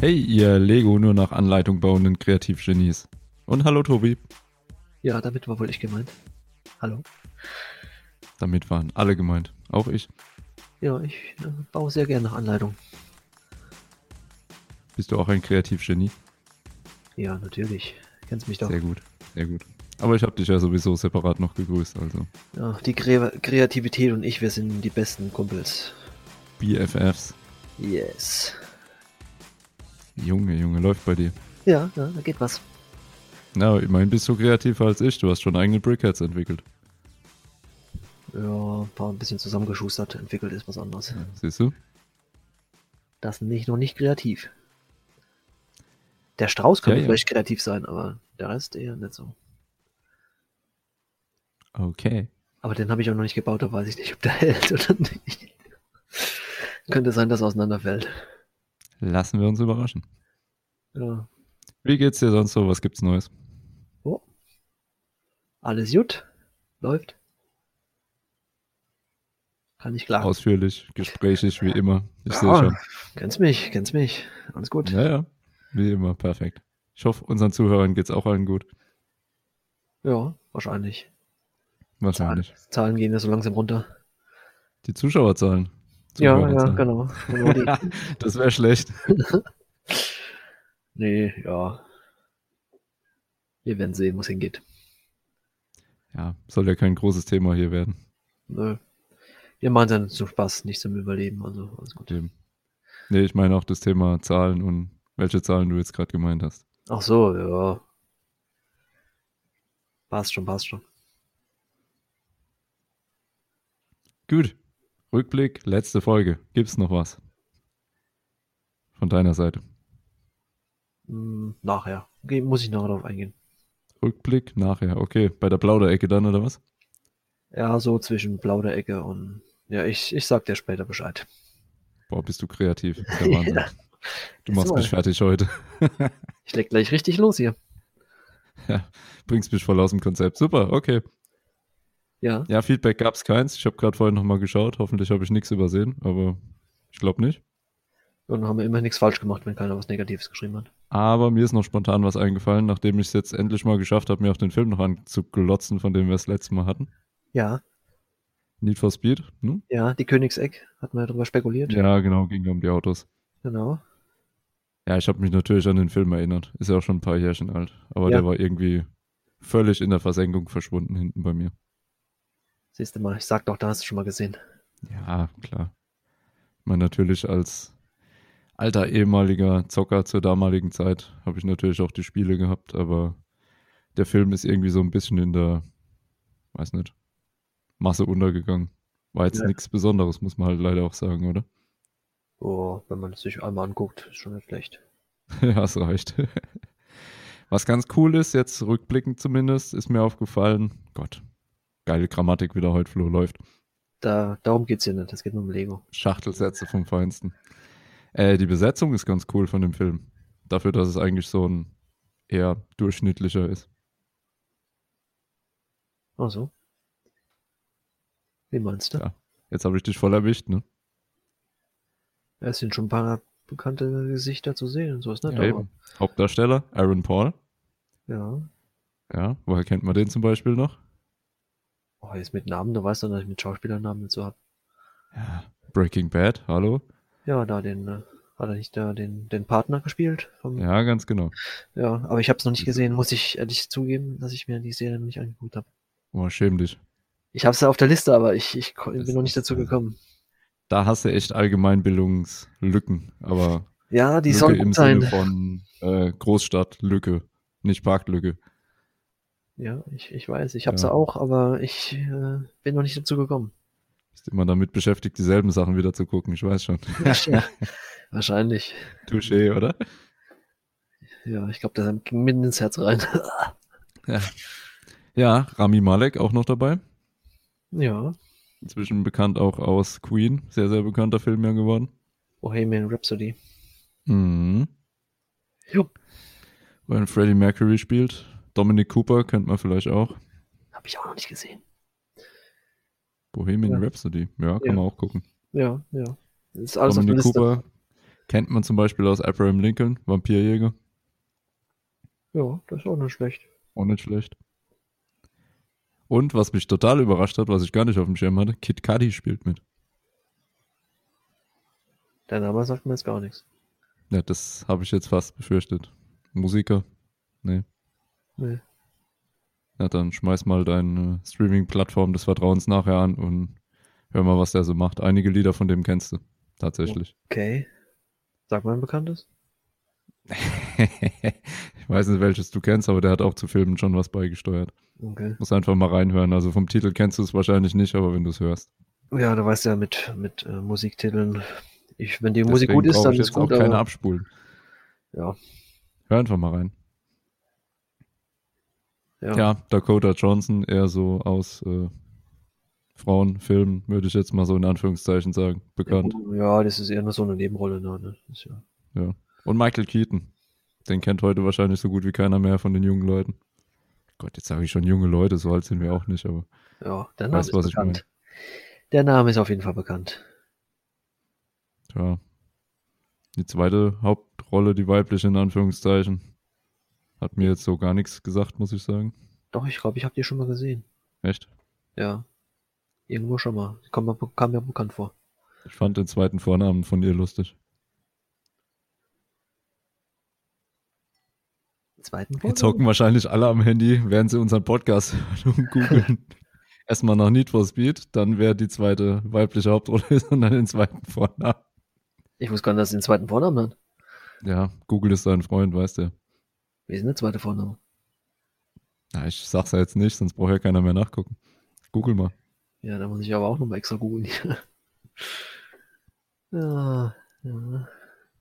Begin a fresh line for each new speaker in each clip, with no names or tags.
Hey, ihr Lego nur nach Anleitung bauenden Kreativgenies. Und hallo Tobi.
Ja, damit war wohl ich gemeint. Hallo.
Damit waren alle gemeint. Auch ich.
Ja, ich äh, baue sehr gerne nach Anleitung.
Bist du auch ein Kreativgenie?
Ja, natürlich. Kennst mich doch.
Sehr gut, sehr gut. Aber ich habe dich ja sowieso separat noch gegrüßt, also
Ja, die Kre Kreativität und ich, wir sind die besten Kumpels.
BFFs.
Yes.
Junge, Junge, läuft bei dir.
Ja, ja, da geht was.
Na, immerhin bist du kreativer als ich. Du hast schon eigene Brickheads entwickelt.
Ja, ein paar ein bisschen zusammengeschustert, entwickelt ist was anderes.
Siehst du?
Das sind nicht noch nicht kreativ. Der Strauß könnte
Ja, ja.
vielleicht kreativ sein, aber der Rest eher nicht so.
Okay.
Aber den habe ich auch noch nicht gebaut, da weiß ich nicht, ob der hält oder nicht. Könnte sein, dass er auseinanderfällt.
Lassen wir uns überraschen.
Ja.
Wie geht's dir sonst so? Was gibt's Neues?
Alles gut? Läuft? Kann ich klagen.
Ausführlich, gesprächig, wie immer. Ich sehe
Ah,
schon.
Kennst mich, kennst mich. Alles gut.
Ja, ja. Wie immer, perfekt. Ich hoffe, unseren Zuhörern geht's auch allen gut.
Ja, wahrscheinlich.
Wahrscheinlich.
Zahlen gehen ja so langsam runter.
Die Zuschauerzahlen.
Ja, ja,
Zuhörerzahlen.
genau. genau die.
Das wäre schlecht.
nee, ja. Wir werden sehen, wo es hingeht.
Ja, soll ja kein großes Thema hier werden.
Nö. Wir machen dann zum Spaß, nicht zum Überleben. Also alles gut.
Dem. Nee, ich meine auch das Thema Zahlen und welche Zahlen du jetzt gerade gemeint hast.
Ach so, ja. Passt schon, passt schon.
Gut. Rückblick, letzte Folge. Gibt's noch was? Von deiner Seite.
Hm, nachher. Okay, muss ich nachher drauf eingehen.
Rückblick nachher. Okay, bei der Plauderecke dann oder was?
Ja, so zwischen Plauderecke und. Ja, ich, ich sag dir später Bescheid.
Boah, bist du kreativ. Ist der Wahnsinn.
Ja.
Du machst
So.
mich fertig heute.
Ich leg gleich richtig los hier.
Bringst mich voll aus dem Konzept. Super, okay.
Ja,
Ja, Feedback gab's keins. Ich habe gerade vorhin nochmal geschaut. Hoffentlich habe ich nichts übersehen, aber ich glaube nicht.
und dann haben wir immer nichts falsch gemacht, wenn keiner was Negatives geschrieben hat.
Aber mir ist noch spontan was eingefallen, nachdem ich es jetzt endlich mal geschafft habe, mir auf den Film noch anzuglotzen, von dem wir es letztes Mal hatten.
Ja,
Need for Speed, ne?
ja, die Königseck, hatten wir ja drüber spekuliert.
Ja, genau, ging um die Autos.
Genau.
Ja, ich habe mich natürlich an den Film erinnert. Ist ja auch schon ein paar Jährchen alt. Aber
Ja.
der war irgendwie völlig in der Versenkung verschwunden hinten bei mir.
Siehst du mal, ich sag doch, da hast du schon mal gesehen.
Ja, Ah, klar. Ich meine, natürlich als alter ehemaliger Zocker zur damaligen Zeit habe ich natürlich auch die Spiele gehabt, aber der Film ist irgendwie so ein bisschen in der, weiß nicht, Masse untergegangen. War jetzt
Ja.
nichts Besonderes, muss man halt leider auch sagen, oder?
Oh, wenn man es sich einmal anguckt, ist schon nicht schlecht.
ja, hast recht. Was ganz cool ist, jetzt rückblickend zumindest, ist mir aufgefallen, Gott, geile Grammatik wieder heute, Flo, läuft.
Da, darum geht's hier nicht, es geht nur um Lego.
Schachtelsätze vom Feinsten. Äh, die Besetzung ist ganz cool von dem Film. Dafür, dass es eigentlich so ein eher durchschnittlicher ist.
Ach so. Also. Wie meinst du?
Ja. Jetzt habe ich dich voll erwischt, ne?
Es sind schon ein paar bekannte Gesichter zu sehen, so ist nicht,
Ja, eben. Hauptdarsteller, Aaron Paul.
ja.
Ja, woher kennt man den zum Beispiel noch?
Oh, jetzt mit Namen, du weißt doch, dass ich mit Schauspielernamen so hab.
Ja. Breaking Bad, hallo?
Ja, da den, äh, hat er nicht da den, den Partner gespielt? Vom,
Ja, ganz genau.
ja, aber ich hab's noch nicht gesehen, muss ich ehrlich zugeben, dass ich mir die Serie noch nicht angeguckt habe.
Oh, schäm dich.
Ich hab's ja auf der Liste, aber ich, ich ko-
Das
bin noch
ist-
nicht dazu gekommen.
Da hast du echt Allgemeinbildungslücken, aber
Ja, die
Lücke
sollen
im
gut sein.
Sinne von äh, Großstadtlücke, nicht Parklücke.
Ja, ich, ich weiß, ich hab's
Ja.
ja. auch, aber ich äh, bin noch nicht dazu gekommen.
Bist immer damit beschäftigt, dieselben Sachen wieder zu gucken, ich weiß schon.
Wahrscheinlich.
Touché, oder?
Ja, ich glaube, das ging mitten ins Herz rein.
Ja, Rami Malek auch noch dabei.
ja,
Inzwischen bekannt auch aus Queen. Sehr, sehr bekannter Film ja geworden.
Bohemian Rhapsody.
Mhm.
Jo,
Wo er Freddie Mercury spielt. Dominic Cooper kennt man vielleicht auch.
hab ich auch noch nicht gesehen.
Bohemian
Ja.
Rhapsody. Ja, kann
Ja. Also
man auch gucken.
Ja, ja. Das ist alles auf der
Dominic
Liste.
Cooper Kennt man zum Beispiel aus Abraham Lincoln, Vampirjäger.
Ja, das ist auch nicht schlecht.
Auch nicht schlecht. Und was mich total überrascht hat, was ich gar nicht auf dem Schirm hatte, Kid Cudi spielt mit.
Der Name sagt mir jetzt gar nichts.
Ja, das habe ich jetzt fast befürchtet. Musiker? Nee.
Nee.
Na dann schmeiß mal deine Streaming-Plattform des Vertrauens nachher an und hör mal, was der so macht. Einige Lieder von dem kennst du. Tatsächlich.
Okay. Sag mal ein bekanntes.
ich weiß nicht, welches du kennst, aber der hat auch zu Filmen schon was beigesteuert.
Okay.
Muss einfach mal reinhören. Also vom Titel kennst du es wahrscheinlich nicht, aber wenn du es hörst.
Ja, du weißt ja mit, mit äh, Musiktiteln. Ich, wenn die Musik
Deswegen
gut ist,
brauche
dann
ich
ist
jetzt auch
gut,
keine
aber
abspulen.
ja,
Hör einfach mal rein.
ja.
Ja, Dakota Johnson eher so aus äh, Frauenfilmen, würde ich jetzt mal so in Anführungszeichen sagen, bekannt.
Ja, das ist eher nur so eine Nebenrolle. Ne? ne, Das ist ja.
Und Michael Keaton. Den kennt heute wahrscheinlich so gut wie keiner mehr von den jungen Leuten. Gott, jetzt sage ich schon junge Leute, so alt sind wir auch nicht, aber
Ja, der Name
Weißt du,
ist
was ich
bekannt. Der Name ist auf jeden Fall bekannt.
tja. Die zweite Hauptrolle, die weibliche in Anführungszeichen, hat mir jetzt so gar nichts gesagt, muss ich sagen.
Doch, ich glaube, ich habe die schon mal gesehen.
Echt?
Ja. Irgendwo schon mal. Kam mir, kam mir bekannt vor.
Ich fand den zweiten Vornamen von ihr lustig.
Zweiten
Jetzt
Vornamen?
hocken wahrscheinlich alle am Handy, während sie unseren Podcast hören und googeln. Erstmal nach Need for Speed, dann wer die zweite weibliche Hauptrolle ist und dann den zweiten Vornamen.
Ich wusste gar nicht, dass sie den zweiten Vornamen hat.
Ja, Google ist dein Freund, weißt du.
Wie ist denn der zweite Vorname?
Na, ich sag's ja jetzt nicht, sonst braucht ja keiner mehr nachgucken. Google mal.
Ja, da muss ich aber auch nochmal extra googeln. ja, ja.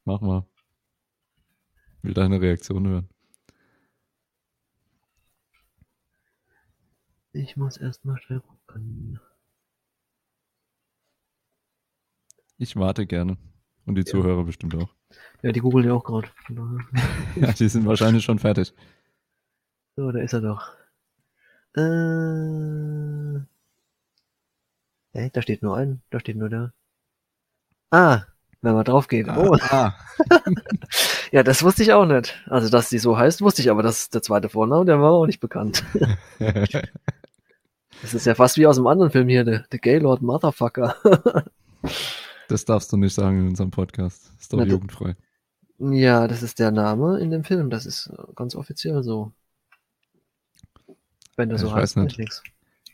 Mach mal. Will deine Reaktion hören.
Ich muss erstmal schnell gucken.
Ich warte gerne. Und die Zuhörer bestimmt auch.
Ja, die googeln ja auch gerade.
Ja, die sind wahrscheinlich schon fertig.
So, da ist er doch. Äh, hä, da steht nur ein, da steht nur der. Ah, wenn man drauf geht. Oh,
Ah,
ja, das wusste ich auch nicht. Also, dass sie so heißt, wusste ich, aber das der zweite Vorname, der war auch nicht bekannt.
ah.
Das ist ja fast wie aus dem anderen Film hier, der, der Gaylord Motherfucker.
Das darfst du nicht sagen in unserem Podcast. Ist doch
Na, das-
jugendfrei.
ja, das ist der Name in dem Film, das ist äh, ganz offiziell so. Wenn du
Ja,
so
ich
heißt,
weiß
macht nix.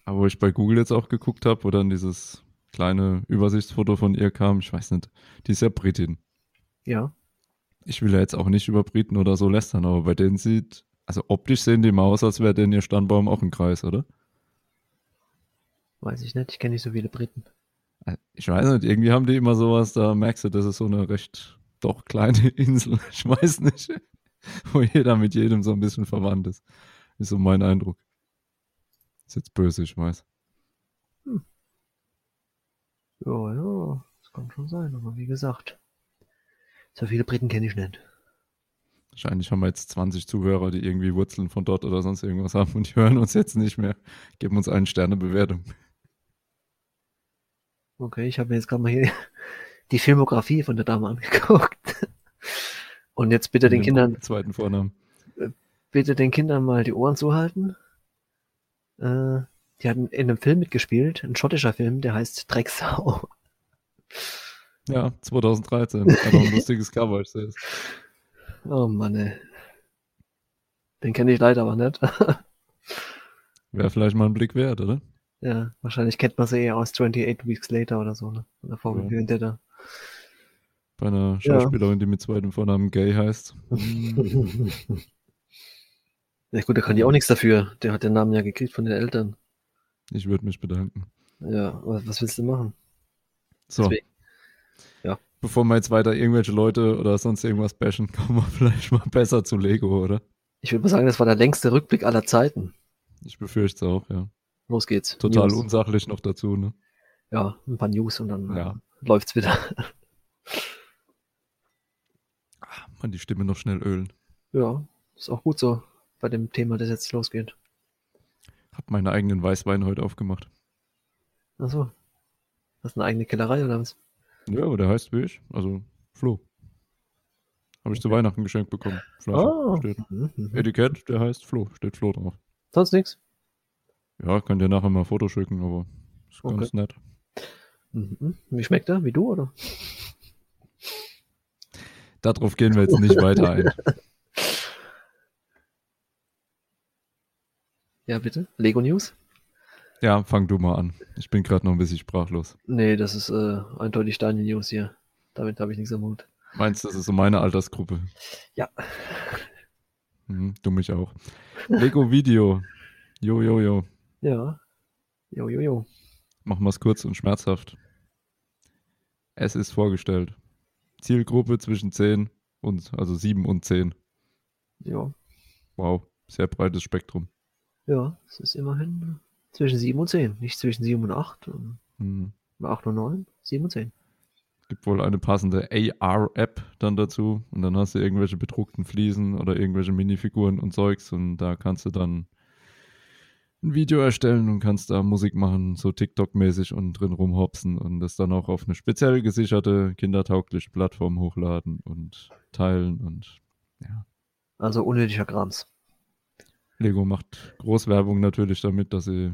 Aber wo ich bei Google jetzt auch geguckt habe, wo dann dieses kleine Übersichtsfoto von ihr kam, ich weiß nicht, die ist ja Britin.
Ja,
Ich will ja jetzt auch nicht über Briten oder so lästern, aber bei denen sieht, also optisch sehen die mal aus, als wäre denen ihr Stammbaum auch ein Kreis, oder?
weiß ich nicht, ich kenne nicht so viele Briten.
Also, Ich weiß nicht, irgendwie haben die immer sowas, da merkst du, das ist so eine recht doch kleine Insel, ich weiß nicht, wo jeder mit jedem so ein bisschen verwandt ist. Ist so mein Eindruck. Ist jetzt böse, ich weiß.
Ja, ja, das kann schon sein, aber wie gesagt, so viele Briten kenne ich nicht.
Wahrscheinlich haben wir jetzt 20 Zuhörer, die irgendwie Wurzeln von dort oder sonst irgendwas haben und die hören uns jetzt nicht mehr. Geben uns eine Sternebewertung.
Okay, ich habe mir jetzt gerade mal hier die Filmografie von der Dame angeguckt. Und jetzt bitte den Kindern,
Zweiten Vornamen.
bitte den Kindern mal die Ohren zuhalten. Äh, die hatten in einem Film mitgespielt, ein schottischer Film, der heißt Drecksau.
Ja, 2013. Hat auch ein lustiges Cover, ich sehe es.
Oh Mann, ey. Den kenne ich leider aber nicht.
Wäre vielleicht mal ein Blick wert, oder?
ja, wahrscheinlich kennt man sie eher aus 28 Weeks Later oder so, ne? Oder Formel
Ja.
Vendetta.
Bei einer Schauspielerin, die mit zweitem Vornamen Gay heißt.
Ja gut, da kann die auch nichts dafür. Der hat den Namen ja gekriegt von den Eltern.
Ich würde mich bedanken.
Ja, was, was willst du machen?
So.
Deswegen- Ja.
Bevor wir jetzt weiter irgendwelche Leute oder sonst irgendwas bashen, kommen wir vielleicht mal besser zu Lego, oder?
Ich würde mal sagen, das war der längste Rückblick aller Zeiten.
Ich befürchte es auch, ja.
Los geht's.
Total
News.
unsachlich noch dazu, ne?
Ja, ein paar News und dann
Ja.
äh, läuft's wieder.
Ah, Mann, die Stimme noch schnell ölen.
Ja, ist auch gut so bei dem Thema, das jetzt losgeht.
Hab meinen eigenen Weißwein heute aufgemacht.
Ach so. Das ist eine eigene Kellerei oder was?
Ja, aber der heißt wie ich, also Flo. Habe ich zu Weihnachten geschenkt bekommen. Flasche
Oh.
steht.
Mhm, mhm.
Etikett, der heißt Flo, steht Flo drauf.
Sonst nichts?
Ja, könnt ihr nachher mal ein Foto schicken, aber ist ganz
Okay.
nett.
Mhm. Wie schmeckt er? Wie du, oder?
Darauf gehen wir jetzt nicht weiter ein.
Ja, bitte. Lego News?
Ja, fang du mal an. Ich bin gerade noch ein bisschen sprachlos.
Nee, das ist äh, eindeutig deine News hier. Damit habe ich nichts am Hut.
Meinst du, das ist so meine Altersgruppe?
Ja.
Mhm, du mich auch. Lego Video. Jo, jo, jo.
Ja. Jo, jo, jo.
Machen wir es kurz und schmerzhaft. Es ist vorgestellt. Zielgruppe zwischen 10 und, also 7 und 10.
Ja.
Wow, sehr breites Spektrum.
Ja, es ist immerhin zwischen 7 und 10. Nicht zwischen 7 und 8. ähm,
Mhm.
8 und 9. 7 und 10.
Gibt wohl eine passende AR-App dann dazu und dann hast du irgendwelche bedruckten Fliesen oder irgendwelche Minifiguren und Zeugs und da kannst du dann ein Video erstellen und kannst da Musik machen, so TikTok-mäßig und drin rumhopsen und das dann auch auf eine speziell gesicherte, kindertaugliche Plattform hochladen und teilen und ja.
Also unnötiger Krams.
Lego macht Großwerbung natürlich damit, dass sie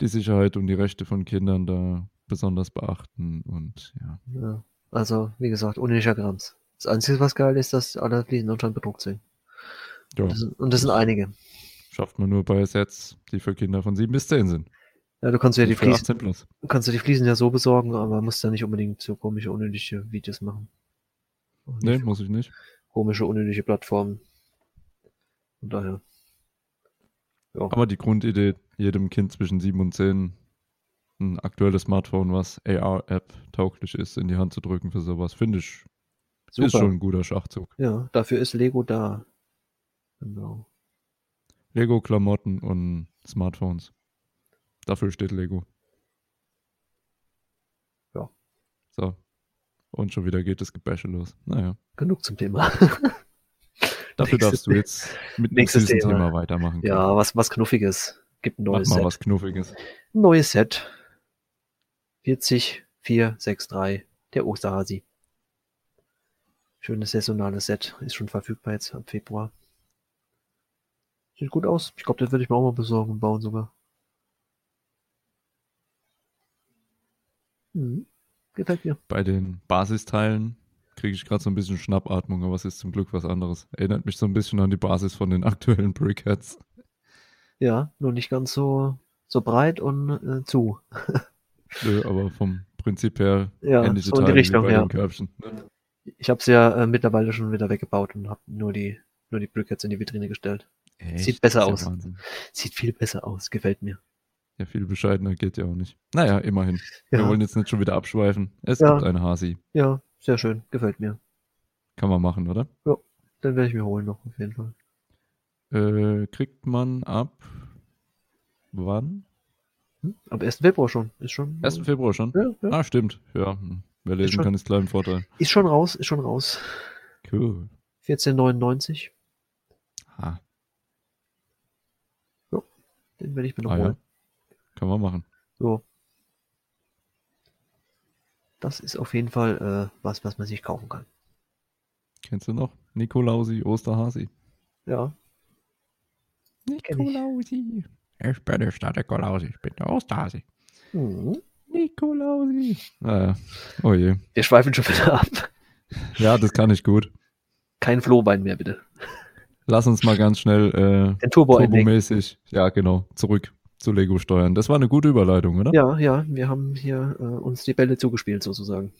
die Sicherheit und die Rechte von Kindern da besonders beachten und ja.
Ja. Also, wie gesagt, unnötiger Krams. Das Einzige, was geil ist, dass alle Fliesen anscheinend bedruckt sind.
ja.
Das sind, und das sind einige.
Schafft man nur bei Sets, die für Kinder von 7 bis 10 sind.
Ja, du kannst ja die
Nicht für
Fliesen,
18 plus.
kannst du die Fliesen ja so besorgen, aber musst ja nicht unbedingt so komische, unnötige Videos machen. Und
Nee,
nicht
muss ich nicht.
Komische, unnötige Plattformen. Von daher. Ja.
Aber die Grundidee, jedem Kind zwischen 7 und 10 ein aktuelles Smartphone, was AR-App tauglich ist, in die Hand zu drücken für sowas, finde ich,
Super.
ist schon ein guter Schachzug.
Ja, dafür ist Lego da. Genau.
Lego-Klamotten und Smartphones. Dafür steht Lego.
Ja.
So. Und schon wieder geht das Gebäsche los. Naja.
Genug zum Thema.
Dafür
Nächstes
darfst du jetzt mit dem
nächstes
nächsten Thema.
Thema.
weitermachen.
Ja, was, was Knuffiges. Gibt ein
Mach mal
neues Set.
was Knuffiges.
Neues Set. 40463, der Osterhasi. Schönes saisonales Set. Ist schon verfügbar jetzt ab Februar. Sieht gut aus. Ich glaube, das werde ich mir auch mal besorgen und bauen sogar. Hm. Gefällt mir.
Bei den Basisteilen kriege ich gerade so ein bisschen Schnappatmung, aber es ist zum Glück was anderes. Erinnert mich so ein bisschen an die Basis von den aktuellen Brickheads.
Ja, nur nicht ganz so, so breit und äh, zu.
Nö, aber vom Prinzip her
Ja,
ähnliche
so in die
Teile wie
Richtung,
bei
ja.
den Körbchen. ne?
Ich habe sie ja äh, mittlerweile schon wieder weggebaut und habe nur die, nur die Brickheads in die Vitrine gestellt. Sieht
Ne? Echt?
besser
Das ist
aus.
Ja, Wahnsinn.
Sieht viel besser aus, gefällt mir.
ja, viel bescheidener geht ja auch nicht. Naja, immerhin. Wir
Ja,
wollen jetzt nicht schon wieder abschweifen. Es
Ja.
gibt eine Hasi.
ja sehr schön, gefällt mir.
Kann man machen, oder?
Dann werde ich mir holen noch auf jeden Fall.
Äh, kriegt man ab wann?
Hm? Am 1. Februar schon. Ist schon,
1. Februar schon?
ja, ja.
Ah, stimmt. Ja, hm. wer lesen
schon-
kann, ist kleinen Vorteil.
ist schon raus, ist schon raus.
Cool.
14,99.
Ah,
Den werde ich mir noch
ah ja.
holen.
Kann man machen.
So. Das ist auf jeden Fall äh, was, was man sich kaufen kann.
Kennst du noch? Nikolausi, Osterhasi.
Ja, Kenn ich.
Nikolausi. Ich bin nicht der Nikolausi, ich bin der Osterhasi.
Mhm.
Nikolausi. Naja, oh je.
Wir schweifen schon wieder ab.
Ja, das kann ich gut.
Kein Flohbein mehr, bitte.
Lass uns mal ganz schnell äh,
Ein Turbo einlegen.
turbomäßig, ja genau, zurück zu Lego steuern. Das war eine gute Überleitung, oder?
Ja, ja, wir haben hier äh, uns die Bälle zugespielt sozusagen.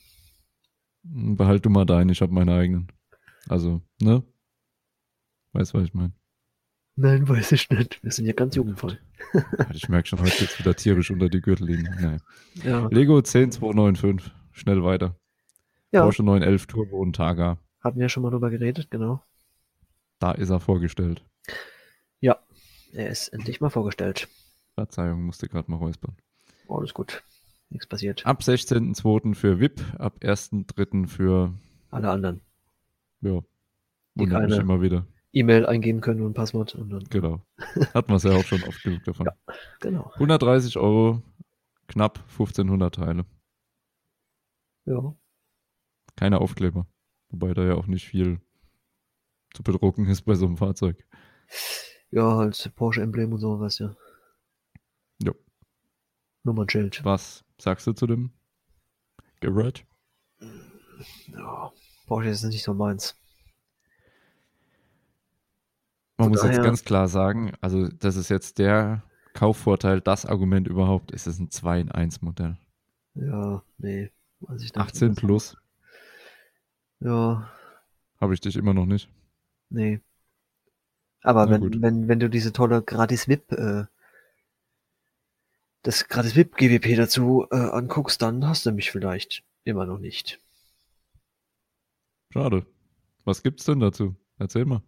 Behalt du mal deinen, ich habe meine eigenen. Also, ne? Weißt, was ich meine?
Nein, weiß ich nicht. Wir sind ja ganz jugendvoll.
Halt, Ich merke schon, heute geht's wieder tierisch unter die Gürtellinie. Naja.
Ja,
Lego 10295, schnell weiter.
ja
Porsche 911 Turbo und Targa.
hatten wir schon mal drüber geredet, genau.
Da ist er vorgestellt.
Er ist endlich mal vorgestellt. Oh,
Verzeihung, musste gerade mal räuspern.
Alles gut. Nichts passiert.
Ab 16.02. für VIP, ab 1.03. für,
Alle anderen.
ja,
Die
wundert mich
keine.
immer wieder.
E-Mail eingeben können und Passwort und dann.
Genau. Hatten wir es ja auch schon oft genug davon.
Ja. Genau.
130 Euro, knapp 1500 Teile.
Ja.
Keine Aufkleber. Wobei da ja auch nicht viel zu bedrucken ist bei so einem Fahrzeug.
Ja, als Porsche-Emblem und sowas, ja.
Jo.
Nummernschild.
Was sagst du zu dem Garrett?
Ja, Porsche ist nicht so meins.
Man
Von
muss jetzt
daher-
ganz klar sagen, also das ist jetzt der Kaufvorteil, das Argument überhaupt, es ist ein 2 in 1 Modell.
Ja, nee. Weiß ich nicht.
18 plus
Ja,
habe ich dich immer noch nicht.
nee. Aber
Na
wenn,
gut.
wenn, wenn du diese tolle Gratis-VIP, äh, das Gratis-VIP-GWP dazu äh, anguckst, dann hast du mich vielleicht immer noch nicht.
Schade. Was gibt's denn dazu? Erzähl mal.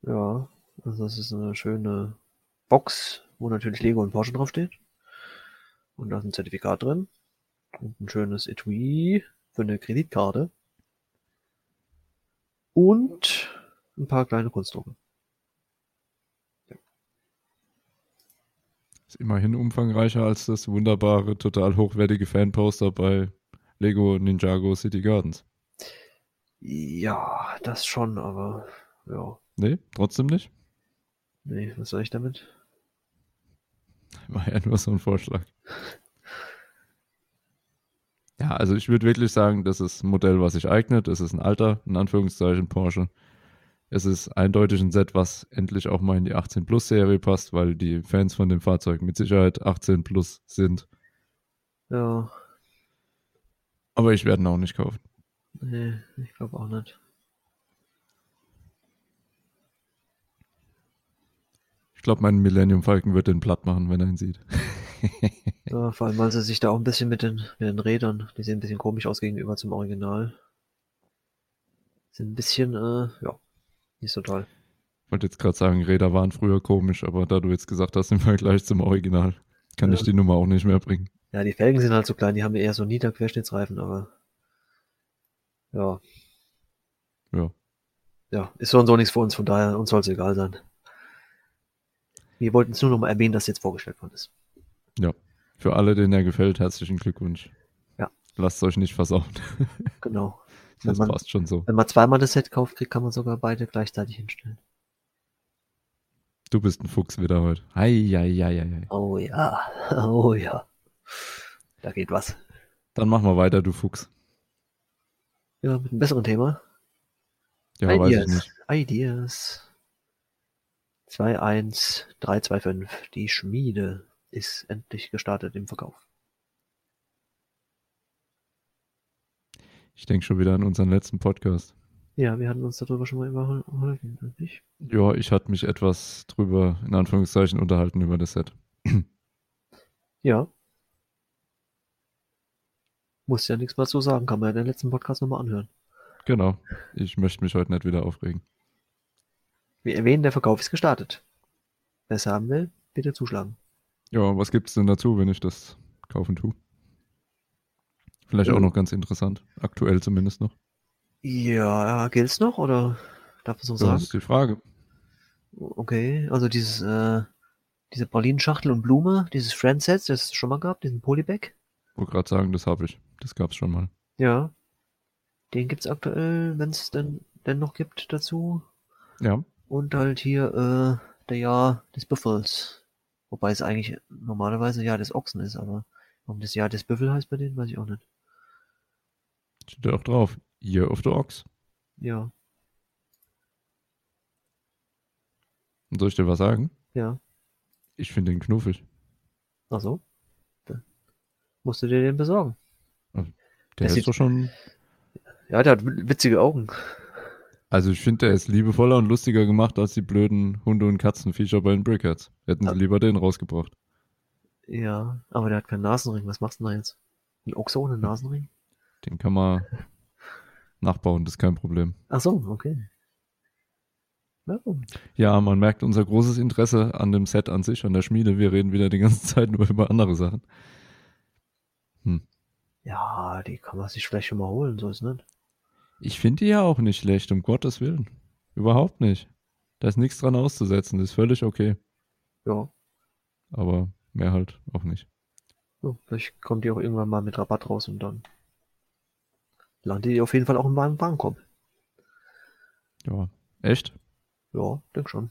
Ja, also das ist eine schöne Box, wo natürlich Lego und Porsche draufsteht. Und da ist ein Zertifikat drin. Und ein schönes Etui für eine Kreditkarte. Und ein paar kleine Kunstdrucke.
Ist immerhin umfangreicher als das wunderbare, total hochwertige Fanposter bei Lego Ninjago City Gardens.
Ja, das schon, aber ja,
Nee, trotzdem nicht.
nee, was soll ich damit?
War ja nur so ein Vorschlag. Ja, also ich würde wirklich sagen, das ist ein Modell, was sich eignet. Es ist ein alter, in Anführungszeichen, Porsche. Es ist eindeutig ein Set, was endlich auch mal in die 18 Plus Serie passt, weil die Fans von dem Fahrzeug mit Sicherheit 18 Plus sind.
Ja,
Aber ich werde ihn auch nicht kaufen.
nee, ich glaube auch nicht.
Ich glaube, mein Millennium Falcon wird den platt machen, wenn er ihn sieht.
Ja, vor allem, weil sie sich da auch ein bisschen mit den, mit den Rädern, die sehen ein bisschen komisch aus gegenüber zum Original. Sind ein bisschen, äh, ja, nicht so toll.
Ich wollte jetzt gerade sagen, Räder waren früher komisch, aber da du jetzt gesagt hast, im Vergleich zum Original, kann
Ja.
ich die Nummer auch nicht mehr bringen.
Ja, die Felgen sind halt so klein, die haben eher so Niederquerschnittsreifen, aber ja,
Ja.
ja, ist so und so nichts für uns, von daher uns soll es egal sein. Wir wollten es nur noch mal erwähnen, dass jetzt vorgestellt worden ist.
Für alle, denen er gefällt, herzlichen Glückwunsch.
Ja.
Lasst euch nicht versauen.
Genau. Wenn
Das
man-
passt schon so.
Wenn man zweimal das Set kauft, kriegt, kann man sogar beide gleichzeitig hinstellen.
Du bist ein Fuchs wieder heute. Ei, ei, ei, ei, ei.
Oh ja, oh ja. Da geht was.
Dann mach mal weiter, du Fuchs.
Ja, mit einem besseren Thema.
Ja, weiß ich
Ideas.
nicht.
Ideas. 21325. Die Schmiede ist endlich gestartet im Verkauf.
Ich denke schon wieder an unseren letzten Podcast.
Ja, wir hatten uns darüber schon mal immer unterhalten, oder nicht?
Ja, ich hatte mich etwas drüber, in Anführungszeichen, unterhalten über das Set.
Ja. Muss ja nichts mehr zu sagen, kann man ja den letzten Podcast nochmal anhören.
Genau. Ich möchte mich heute nicht wieder aufregen.
Wir erwähnen, der Verkauf ist gestartet. Wer es haben will, bitte zuschlagen.
Ja, was gibt's denn dazu, wenn ich das kaufen tue? Vielleicht
Oh.
auch noch ganz interessant. Aktuell zumindest noch.
Ja, gilt's noch oder darf man so
Das
sagen?
ist die Frage.
Okay, also dieses, äh, diese Pralinenschachtel und Blume, dieses Friendset, das es schon mal gab, diesen Polybag.
Wollte gerade sagen, das habe ich. Das gab's schon mal.
Ja. Den gibt's aktuell, wenn's denn, denn noch gibt dazu.
Ja.
Und halt hier, äh, der Jahr des Büffels. Wobei es eigentlich normalerweise Jahr des Ochsen ist, aber warum das Jahr des Büffel heißt bei denen, weiß ich auch nicht.
Steht da auch drauf. Year of the Ox.
Ja,
Und soll ich dir was sagen?
ja.
Ich finde den knuffig.
Ach so. Dann musst du dir den besorgen.
Der
Das
ist
sieht-
doch schon.
Ja, der hat wi- witzige Augen.
Also ich finde, der ist liebevoller und lustiger gemacht als die blöden Hunde- und Katzenviecher bei den Brickheads. Hätten
Ah.
sie lieber den rausgebracht.
Ja, aber der hat keinen Nasenring. Was machst du denn da jetzt? Ein Ochse ohne Nasenring?
Den kann man nachbauen, das ist kein Problem.
Ach so, okay. Na gut.
Ja, man merkt unser großes Interesse an dem Set an sich, an der Schmiede. Wir reden wieder die ganze Zeit nur über andere Sachen.
Ja, die kann man sich vielleicht schon mal holen, so ist ne? nicht.
Ich finde die ja auch nicht schlecht, um Gottes Willen. Überhaupt nicht. Da ist nichts dran auszusetzen, das ist völlig okay.
Ja.
Aber mehr halt auch nicht.
So, vielleicht kommt die auch irgendwann mal mit Rabatt raus und dann landet die auf jeden Fall auch in meinem Warenkorb.
Echt?
Ja, denk schon.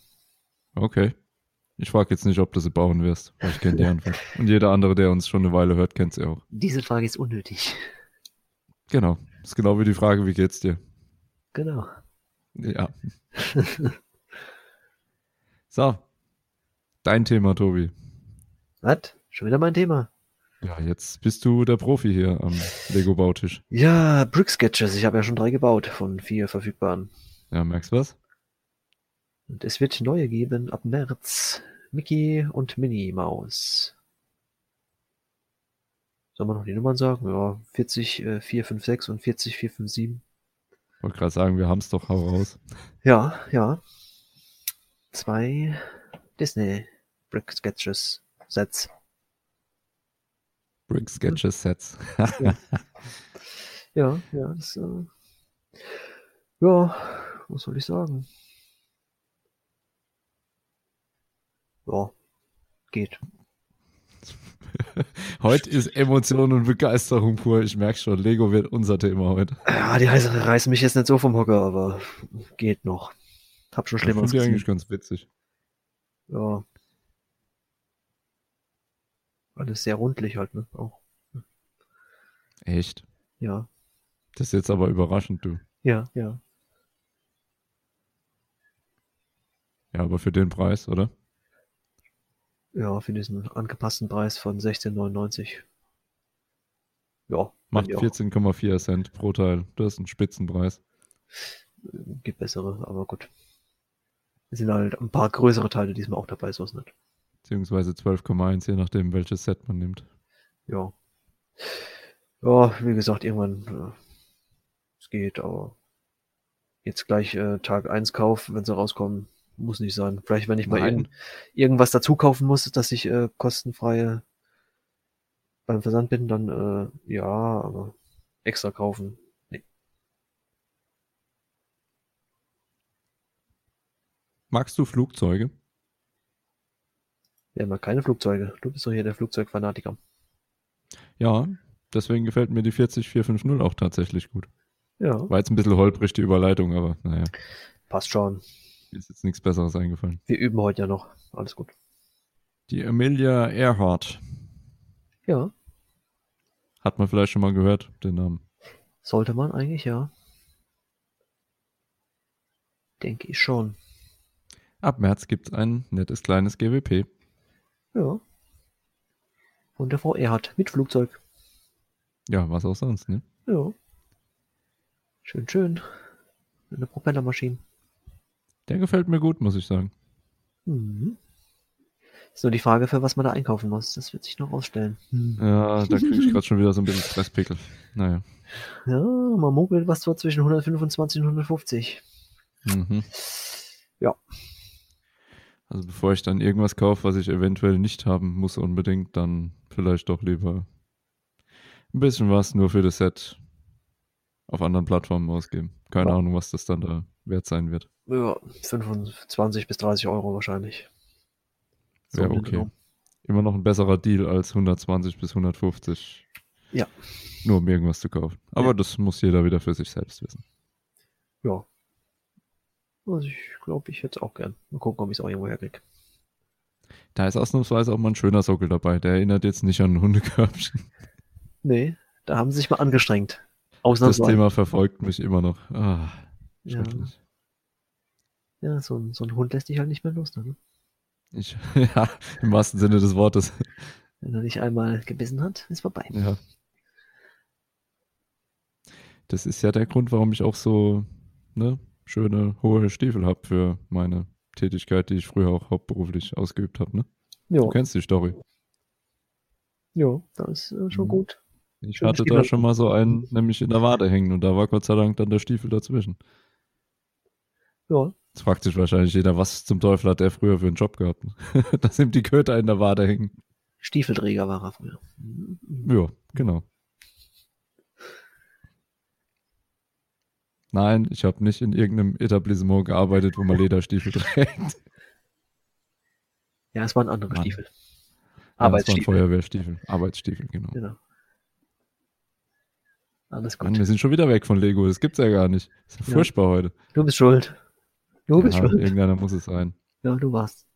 Okay. Ich frage jetzt nicht, ob du sie bauen wirst, weil ich kenne die Antwort. Und jeder andere, der uns schon eine Weile hört, kennt sie auch.
Diese Frage ist unnötig.
Genau. Ist genau wie die Frage, wie geht's dir?
Genau.
Ja. so. Dein Thema, Tobi.
Was? Schon wieder mein Thema.
Ja, jetzt bist du der Profi hier am Lego-Bautisch.
Ja, Brick Sketches. Ich habe ja schon drei gebaut von vier verfügbaren.
Ja, merkst du was?
Und es wird neue geben ab März. Mickey und Minnie Maus. Soll man noch die Nummern sagen? Ja, 40, äh, 456 und 40, 457.
Wollte gerade sagen, wir haben's doch, hau raus.
Ja, ja. Zwei Disney Brick Sketches Sets.
Brick Sketches Sets.
Ja, ja, das, äh, ja, was soll ich sagen? Ja, geht.
heute ist Emotion und Begeisterung pur. Ich merke schon, Lego wird unser Thema heute.
Ja, die reißen, reißen mich jetzt nicht so vom Hocker, aber geht noch. Hab schon
Ich
Schlimmeres
die
gesehen.
eigentlich ganz witzig.
Ja. Alles sehr rundlich halt, ne? Auch.
Echt?
Ja,
Das ist jetzt aber überraschend, du.
ja, ja.
Ja, aber für den Preis, oder?
Ja, für diesen angepassten Preis von 16,99. Ja,
Macht
ja,
14,4 Cent pro Teil. Das ist ein Spitzenpreis.
gibt äh, bessere, aber gut. Es sind halt ein paar größere Teile diesmal auch dabei, so ist nicht.
Beziehungsweise 12,1, je nachdem, welches Set man nimmt.
Ja. Ja, wie gesagt, irgendwann äh, es geht, aber jetzt gleich äh, Tag 1 Kauf, wenn sie rauskommen, muss nicht sein. Vielleicht, wenn ich mal
Nein.
irgend, irgendwas dazu kaufen muss, dass ich äh, kostenfreie beim Versand bin, dann äh, ja, aber extra kaufen.
Magst du Flugzeuge?
Wir haben ja keine Flugzeuge. Du bist doch hier der Flugzeugfanatiker.
Ja, deswegen gefällt mir die 40450 auch tatsächlich gut.
Ja,
War jetzt ein bisschen holprig die Überleitung, aber naja,
passt schon.
mir ist jetzt nichts Besseres eingefallen.
Wir üben heute ja noch. Alles gut.
Die Amelia Earhart
Ja,
hat man vielleicht schon mal gehört, den Namen.
sollte man eigentlich, ja. Denke ich schon.
Ab März gibt's ein nettes kleines GWP.
Ja. Und der Frau Erhard mit Flugzeug.
Ja, was auch sonst, ne?
Ja. Schön, schön. Eine Propellermaschine.
Der gefällt mir gut, muss ich sagen.
Mhm. Ist nur die Frage, für was man da einkaufen muss. Das wird sich noch ausstellen.
Ja, da kriege ich gerade schon wieder so ein bisschen Stresspickel. Naja.
Ja, man munkelt was so zwischen 125 und 150.
Mhm.
Ja.
Also bevor ich dann irgendwas kaufe, was ich eventuell nicht haben muss unbedingt, dann vielleicht doch lieber ein bisschen was nur für das Set auf anderen Plattformen ausgeben. Keine
Ja.
Ahnung, was das dann da wert sein wird.
Ja, 25 bis 30 Euro wahrscheinlich. So
Wäre
in den
okay.
Dreh.
Immer noch ein besserer Deal als 120 bis 150.
Ja.
Nur um irgendwas zu kaufen. Aber
Ja.
das muss jeder wieder für sich selbst wissen.
Ja. Also ich glaube, ich hätte es auch gern. Mal gucken, ob ich es auch irgendwo herkriege.
Da ist ausnahmsweise auch mal ein schöner Sockel dabei. Der erinnert jetzt nicht an ein Hundekörbchen.
Nee, da haben sie sich mal angestrengt.
Das
Ausnahmsweise.
Thema verfolgt mich immer noch. Ah,
Ja.
schrecklich.
Ja, so ein, so ein Hund lässt dich halt nicht mehr los. Ne?
Ich, ja, im wahrsten Sinne des Wortes.
Wenn er dich einmal gebissen hat, ist vorbei.
Ja. Das ist ja der Grund, warum ich auch so ne, schöne, hohe Stiefel habe für meine Tätigkeit, die ich früher auch hauptberuflich ausgeübt habe. Ne? Du
Jo,
kennst die Story.
jo, das ist äh, schon
Mhm.
gut.
Ich
Schöne
hatte
Stiefel.
da schon mal so einen, nämlich in der Wade hängen und da war Gott sei Dank dann der Stiefel dazwischen.
Ja,
Jetzt fragt sich wahrscheinlich jeder, was zum Teufel hat der früher für einen Job gehabt? Dass ihm die Köter in der Wade hängen.
Stiefelträger war er früher. Mhm.
Ja, genau. Nein, ich habe nicht in irgendeinem Etablissement gearbeitet, wo man Lederstiefel trägt.
Ja, es waren andere
Mann.
Stiefel.
Ja, das waren
Arbeitsstiefel.
Feuerwehrstiefel. Arbeitsstiefel, genau.
Genau. Alles
Mann,
gut.
wir sind schon wieder weg von Lego. Das gibt's ja gar nicht. Das ist ja
Ja.
furchtbar heute.
Du bist schuld. Du bist
ja,
schuld.
irgendeiner muss es sein.
Ja, du warst.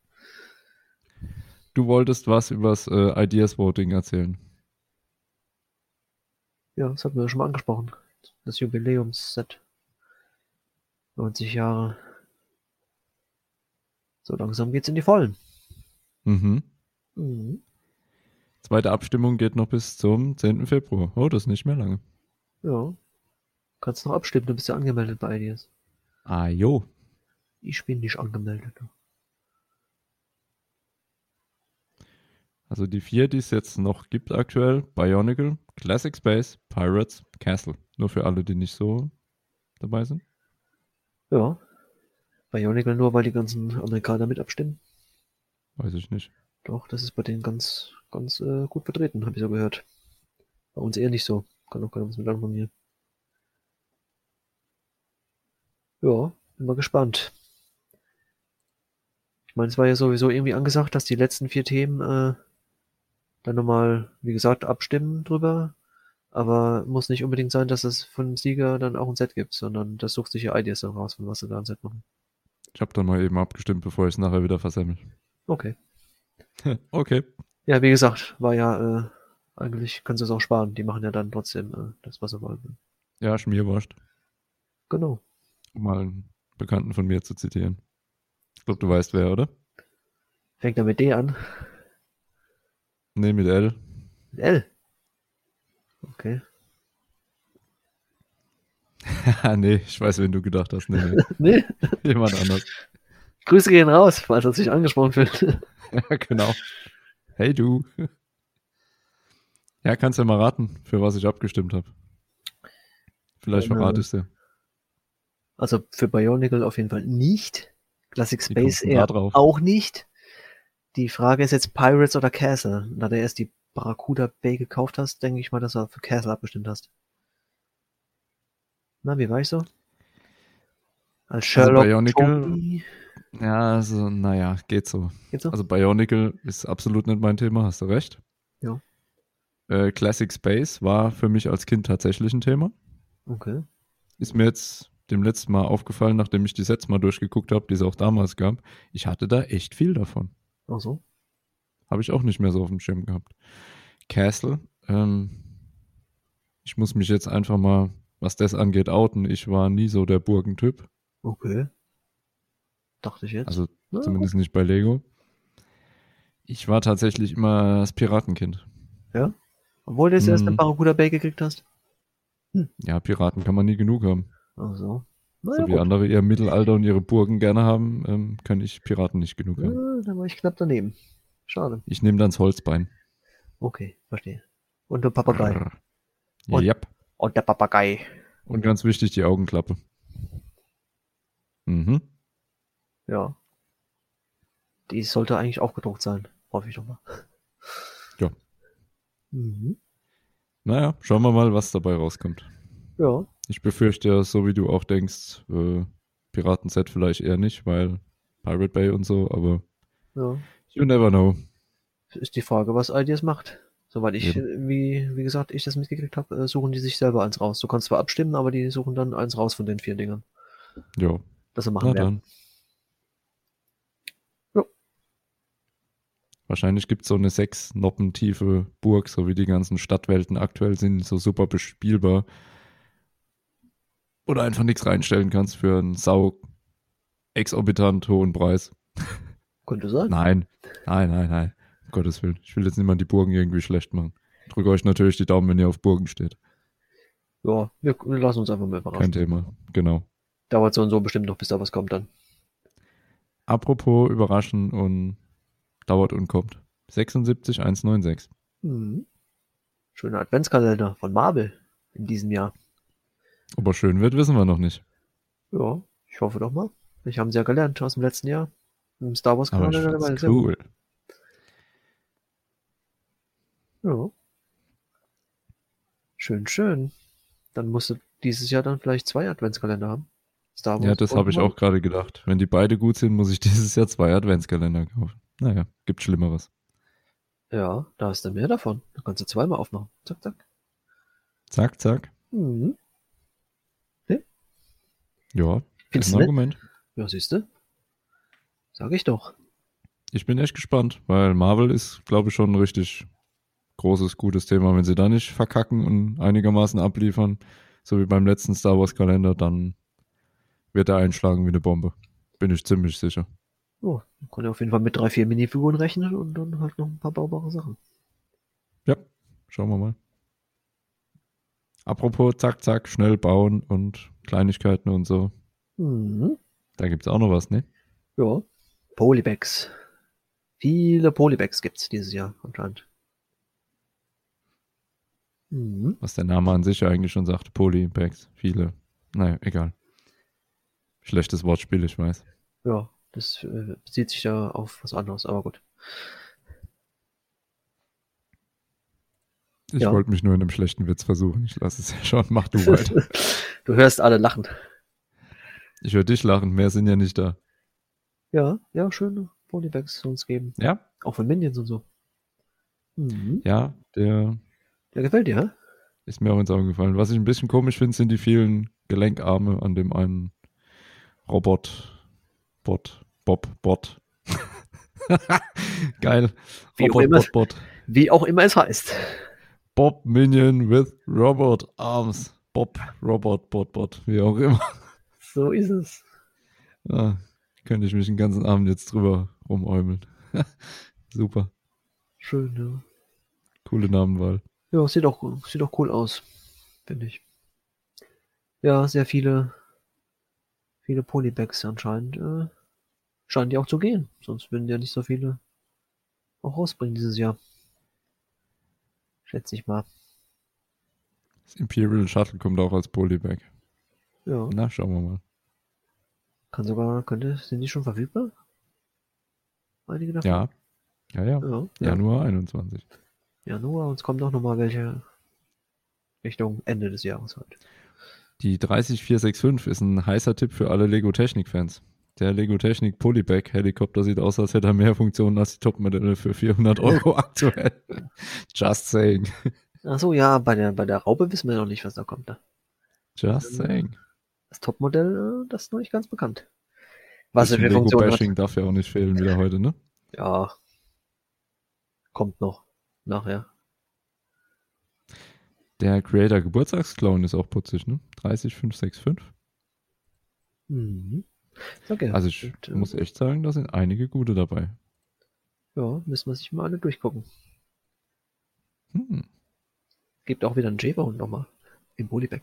Du wolltest was übers äh, Ideas Voting erzählen.
Ja, das hatten wir schon mal angesprochen. Das Jubiläumsset. 90 Jahre. So langsam geht's in die Vollen.
Mhm.
Mhm.
Zweite Abstimmung geht noch bis zum 10. Februar. Oh, das ist nicht mehr lange.
Ja. Kannst noch abstimmen, du bist ja angemeldet bei IDS.
Ah, jo.
Ich bin nicht angemeldet.
Also die vier, die es jetzt noch gibt aktuell, Bionicle, Classic Space, Pirates, Castle. Nur für alle, die nicht so dabei sind.
Ja. Bionicle nur, weil die ganzen Amerikaner mit abstimmen.
Weiß ich nicht.
Doch, das ist bei denen ganz, ganz äh, gut vertreten, habe ich so gehört. Bei uns eher nicht so. Kann auch keiner was mit anfangen hier. Ja, bin mal gespannt. Ich meine, es war ja sowieso irgendwie angesagt, dass die letzten vier Themen äh, dann nochmal, wie gesagt, abstimmen drüber. Aber muss nicht unbedingt sein, dass es von dem Sieger dann auch ein Set gibt, sondern das sucht sich ja Ideas dann raus, von was sie da ein Set machen.
Ich habe dann mal eben abgestimmt, bevor ich es nachher wieder versemmel.
Okay.
okay.
Ja, wie gesagt, war ja, äh, eigentlich können sie es auch sparen. Die machen ja dann trotzdem äh, das, was sie wollen.
Ja, Schmierwurst.
Genau.
Um mal einen Bekannten von mir zu zitieren. Ich glaube, du weißt wer, oder?
Fängt er mit D an.
Nee, mit L.
Mit L. Okay.
Ah, nee, ich weiß, wen du gedacht hast. Nee, nee.
Nee,
Jemand anders.
Grüße gehen raus, falls er sich angesprochen fühlt.
ja, genau. Hey, du. Ja, kannst ja mal raten, für was ich abgestimmt habe. Vielleicht
Genau.
verrate ich dir.
Also für Bionicle auf jeden Fall nicht. Classic
Wie kommst
Space
du da
Air
drauf?
auch nicht. Die Frage ist jetzt Pirates oder Castle. Da du erst die Barracuda Bay gekauft hast, denke ich mal, dass du für Castle abgestimmt hast. Na, wie war ich so? Als Sherlock
Also Bionicle-
Tony-
Ja, also, naja, geht so.
Geht's so?
Also Bionicle ist absolut nicht mein Thema, hast du recht.
Ja.
Äh, Classic Space war für mich als Kind tatsächlich ein Thema.
okay.
Ist mir jetzt dem letzten Mal aufgefallen, nachdem ich die Sets mal durchgeguckt habe, die es auch damals gab. Ich hatte da echt viel davon.
Ach so.
Habe ich auch nicht mehr so auf dem Schirm gehabt. Castle, ähm, ich muss mich jetzt einfach mal, was das angeht, outen. Ich war nie so der Burgentyp.
Okay. Dachte ich jetzt.
Also
Na,
zumindest nicht bei Lego. Ich war tatsächlich immer das Piratenkind.
Obwohl du jetzt erst eine
Mhm.
Barracuda Bay gekriegt hast.
Ja, Piraten kann man nie genug haben.
Ach so.
so
Naja,
wie
gut.
andere ihr Mittelalter und ihre Burgen gerne haben, ähm, kann ich Piraten nicht genug haben.
Ja, da war ich knapp daneben. Schade.
Ich nehme dann das Holzbein.
Okay, verstehe. Und der Papagei.
Brrr.
Und-
Yep.
Und der Papagei.
Und ganz wichtig, die Augenklappe. Mhm.
Ja. Die sollte eigentlich auch gedruckt sein. Hoffe ich doch mal.
Ja.
Mhm.
Naja, schauen wir mal, was dabei rauskommt.
Ja.
Ich befürchte ja, so wie du auch denkst, äh, Piraten-Set vielleicht eher nicht, weil Pirate Bay und so, aber
Ja.
you never know.
Ist die Frage, was Ideas macht. Soweit ich, äh, wie, wie gesagt, ich das mitgekriegt habe, äh, suchen die sich selber eins raus. Du kannst zwar abstimmen, aber die suchen dann eins raus von den vier Dingern.
Ja,
Das sie machen
na
werden.
dann.
Jo.
Wahrscheinlich gibt es so eine sechs Noppen tiefe Burg, so wie die ganzen Stadtwelten aktuell sind, so super bespielbar. Oder einfach nichts reinstellen kannst für einen sau exorbitant hohen Preis.
Könnte sein.
Nein, nein, nein, nein. Um Gottes Willen. Ich will jetzt niemand die Burgen irgendwie schlecht machen. Drücke euch natürlich die Daumen, wenn ihr auf Burgen steht.
Ja, wir, wir lassen uns einfach mal
Kein
überraschen.
Thema. Genau.
Dauert so und so bestimmt noch, bis da was kommt dann.
Apropos überraschen und dauert und kommt. 76196.
Mhm. Schöner Adventskalender von Marvel in diesem Jahr.
Ob er schön wird, wissen wir noch nicht.
Ja, ich hoffe doch mal. Ich haben sie ja gelernt aus dem letzten Jahr. Im Star Wars
Aber ich
Kalender dabei.
find's
Sehr gut.
cool.
Ja. Schön, schön. Dann musst du dieses Jahr dann vielleicht zwei Adventskalender haben. Star
Ja, das
und
habe ich
Marvel.
auch gerade gedacht. Wenn die beide gut sind, muss ich dieses Jahr zwei Adventskalender kaufen. Naja, gibt Schlimmeres.
Ja, da hast du mehr davon. Da kannst du zweimal aufmachen. Zack, zack.
Zack, zack.
Mhm.
Ja, ist
Findest
ein
du nett?
Genau. Argument.
Ja, siehste. Sag ich doch.
Ich bin echt gespannt, weil Marvel ist, glaube ich, schon ein richtig großes, gutes Thema. Wenn sie da nicht verkacken und einigermaßen abliefern, so wie beim letzten Star Wars Kalender, dann wird er einschlagen wie eine Bombe. Bin ich ziemlich sicher.
Oh, man kann ja auf jeden Fall mit drei, vier Minifiguren rechnen und dann halt noch ein paar baubare Sachen.
Ja, schauen wir mal. Apropos, zack, zack, schnell bauen und Kleinigkeiten und so.
Mhm.
Da gibt's auch noch was, ne?
Ja. Polybags. Viele Polybags gibt's dieses Jahr anscheinend. Mhm.
Was der Name an sich eigentlich schon sagt. Poly-Impacts. Viele. Naja, egal. Schlechtes Wortspiel, ich weiß.
Ja, das äh, bezieht sich ja auf was anderes, aber gut.
Ich
Ja.
wollte mich nur in einem schlechten Witz versuchen. Ich lasse es ja schon. Mach du weiter.
Du hörst alle lachen.
ich höre dich lachen. Mehr sind ja nicht da.
Ja, ja, schöne Polybags zu uns geben.
Ja?
Auch von Minions und so. Mhm.
Ja, der
Der gefällt dir, hä?
Ist mir auch ins Auge gefallen. Was ich ein bisschen komisch finde, sind die vielen Gelenkarme an dem einen Robot. Bot. Bob. Bot. Geil.
Wie auch
Robot,
immer.
Bot, Bot.
Wie auch immer es heißt.
Bob Minion with Robot Arms. Bob, Robot, Bot, Bot. Wie auch immer.
So ist es.
Ah, könnte ich mich den ganzen Abend jetzt drüber rumäumeln. Super.
Schön, ja.
Coole Namenwahl.
Ja, sieht auch, sieht auch cool aus. Finde ich. Ja, sehr viele, viele Polybags anscheinend. Äh, scheinen die auch zu gehen. Sonst würden die ja nicht so viele auch rausbringen dieses Jahr. Schätze ich mal.
Das Imperial Shuttle kommt auch als Polybag.
Ja.
Na, schauen wir mal.
Kann sogar, könnte, sind die schon verfügbar? Einige davon?
Ja. Ja, ja.
Ja, ja.
Januar 21.
Januar, uns kommen doch nochmal welche Richtung Ende des Jahres halt.
Die 30465 ist ein heißer Tipp für alle Lego Technik Fans. Der Lego Technik Polybag Helikopter sieht aus, als hätte er mehr Funktionen als die Topmodelle für 400 Euro aktuell. Just saying.
Ach so, ja, bei der, bei der Raupe wissen wir noch nicht, was da kommt. Ne?
Just saying.
Das Topmodell, äh, das ist noch nicht ganz bekannt. Was
Bisschen
er für
Lego
Funktionen hat.
Bashing darf ja auch nicht fehlen wieder heute, ne?
Ja. Kommt noch. Nachher.
Der Creator Geburtstagsclown ist auch putzig, ne? 30565.
Mhm. Sag ja.
Also ich
Und, äh,
muss echt sagen, da sind einige gute dabei.
Ja, müssen wir sich mal alle durchgucken.
Hm.
Gibt auch wieder einen Jägerhund nochmal. Im Polybag.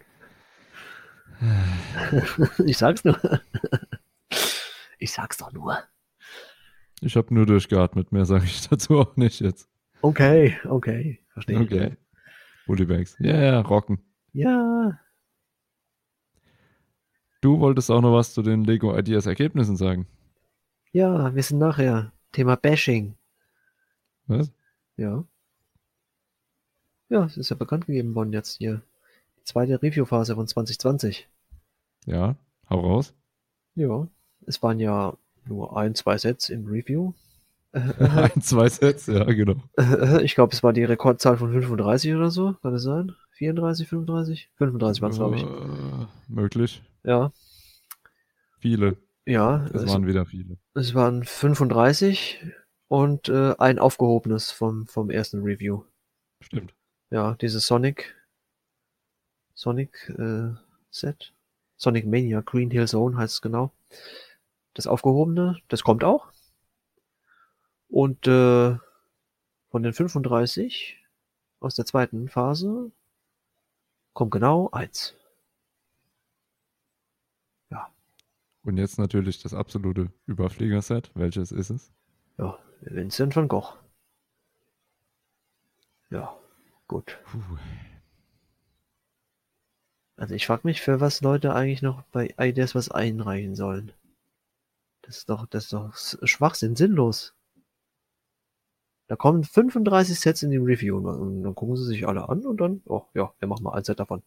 ich sag's nur. ich sag's doch nur.
Ich habe nur durchgeatmet, mehr sage ich dazu auch nicht jetzt.
Okay, okay. Verstehe.
Okay. Polybags. Ja, ja, rocken.
Ja,
Du wolltest auch noch was zu den Lego Ideas Ergebnissen sagen.
ja, wir sind nachher. Thema Bashing.
Was?
Ja. Ja, es ist ja bekannt gegeben worden jetzt hier. Die zweite Review-Phase von 2020.
Ja, hau raus.
Ja. Es waren ja nur ein, zwei Sets im Review.
Ein, zwei Sätze, ja, genau.
Ich glaube, es war die Rekordzahl von 35 oder so. Kann es sein? 34, 35? 35 waren es, glaube ich.
Äh, möglich.
Ja.
Viele.
Ja,
Es waren wieder viele.
es waren 35 und äh, ein aufgehobenes vom, vom ersten Review.
Stimmt.
Ja, dieses Sonic. Sonic äh, Set. Sonic Mania, Green Hill Zone heißt es genau. Das aufgehobene, das kommt auch. Und äh, von den 35 aus der zweiten Phase kommt genau eins.
Und jetzt natürlich das absolute Überfliegerset. Welches ist es?
Ja, Vincent van Gogh. Ja, gut.
Puh.
Also ich frage mich, für was Leute eigentlich noch bei Ideas was einreichen sollen. Das ist doch, das ist doch s- Schwachsinn, sinnlos. Da kommen 35 Sets in die Review und dann- dann gucken sie sich alle an und dann, oh ja, wir machen mal ein Set davon.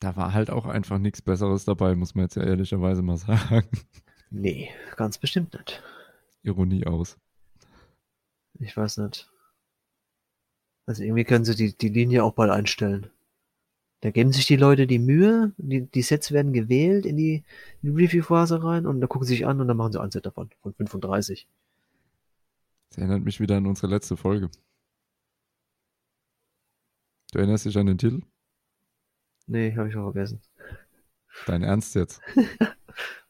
Da war halt auch einfach nichts Besseres dabei, muss man jetzt ja ehrlicherweise mal sagen.
Nee, ganz bestimmt nicht.
Ironie aus.
Ich weiß nicht. Also irgendwie können sie die, die Linie auch bald einstellen. Da geben sich die Leute die Mühe, die, die Sets werden gewählt in die, in die Review-Phase rein und dann gucken sie sich an und dann machen sie ein Set davon, von 35.
Das erinnert mich wieder an unsere letzte Folge. Du erinnerst dich an den Titel?
Nee, habe ich auch vergessen.
Dein Ernst jetzt?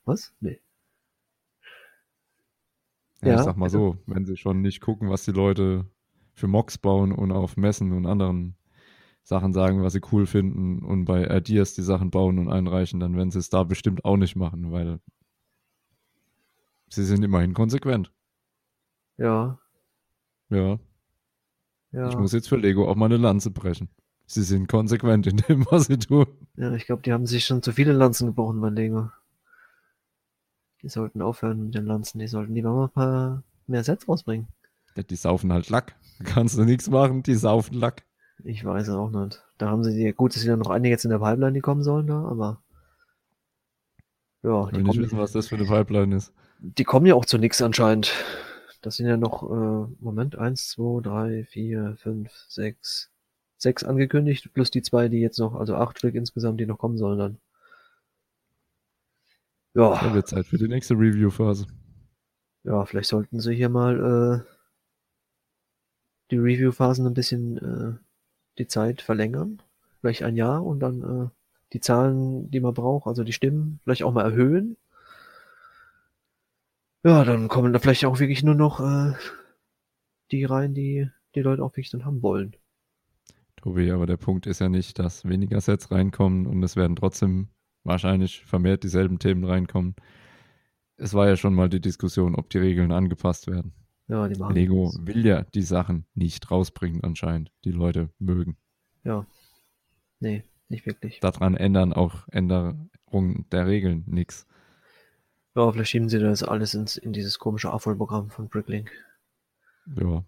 Was? Nee.
Ja,
Ja,
ich sag mal so, wenn sie schon nicht gucken, was die Leute für Mocks bauen und auf Messen und anderen Sachen sagen, was sie cool finden und bei Ideas die Sachen bauen und einreichen, dann werden sie es da bestimmt auch nicht machen, weil sie sind immerhin konsequent.
Ja,
Ja,
ja.
ich muss jetzt für Lego auch mal eine Lanze brechen. Sie sind konsequent in dem, was sie tun.
Ja, ich glaube, die haben sich schon zu viele Lanzen gebrochen bei Lego. Die sollten aufhören mit den Lanzen, die sollten lieber mal ein paar mehr Sets rausbringen.
Ja, Die saufen halt Lack. Da Kannst du nichts machen, die saufen Lack.
Ich weiß es auch nicht. Da haben sie die, gut, es sind ja noch einige jetzt in der Pipeline, die kommen sollen da, aber ja,
Ich
Oh, die
will nicht
kommen,
wissen, was das für eine Pipeline ist.
die kommen ja auch zu nichts anscheinend. Das sind ja noch, äh, Moment, eins, zwei, drei, vier, fünf, sechs, sechs angekündigt, plus die zwei, die jetzt noch, also acht Stück insgesamt, die noch kommen sollen dann. Ja.
Da wird Zeit für die nächste Review-Phase.
Ja, vielleicht sollten sie hier mal äh, die Review-Phasen ein bisschen äh, die Zeit verlängern. Vielleicht ein Jahr und dann äh, die Zahlen, die man braucht, also die Stimmen, vielleicht auch mal erhöhen. Ja, dann kommen da vielleicht auch wirklich nur noch äh, die rein, die die Leute auch wirklich dann haben wollen.
Tobi, aber der Punkt ist ja nicht, dass weniger Sets reinkommen und es werden trotzdem wahrscheinlich vermehrt dieselben Themen reinkommen. Es war ja schon mal die Diskussion, ob die Regeln angepasst werden.
Ja, die machen
Lego will ja die Sachen nicht rausbringen anscheinend, die Leute mögen.
Nee, nicht wirklich.
Daran ändern auch Änderungen der Regeln nichts.
Ja, vielleicht schieben sie das alles ins, in dieses komische Abholprogramm von Bricklink.
Ja.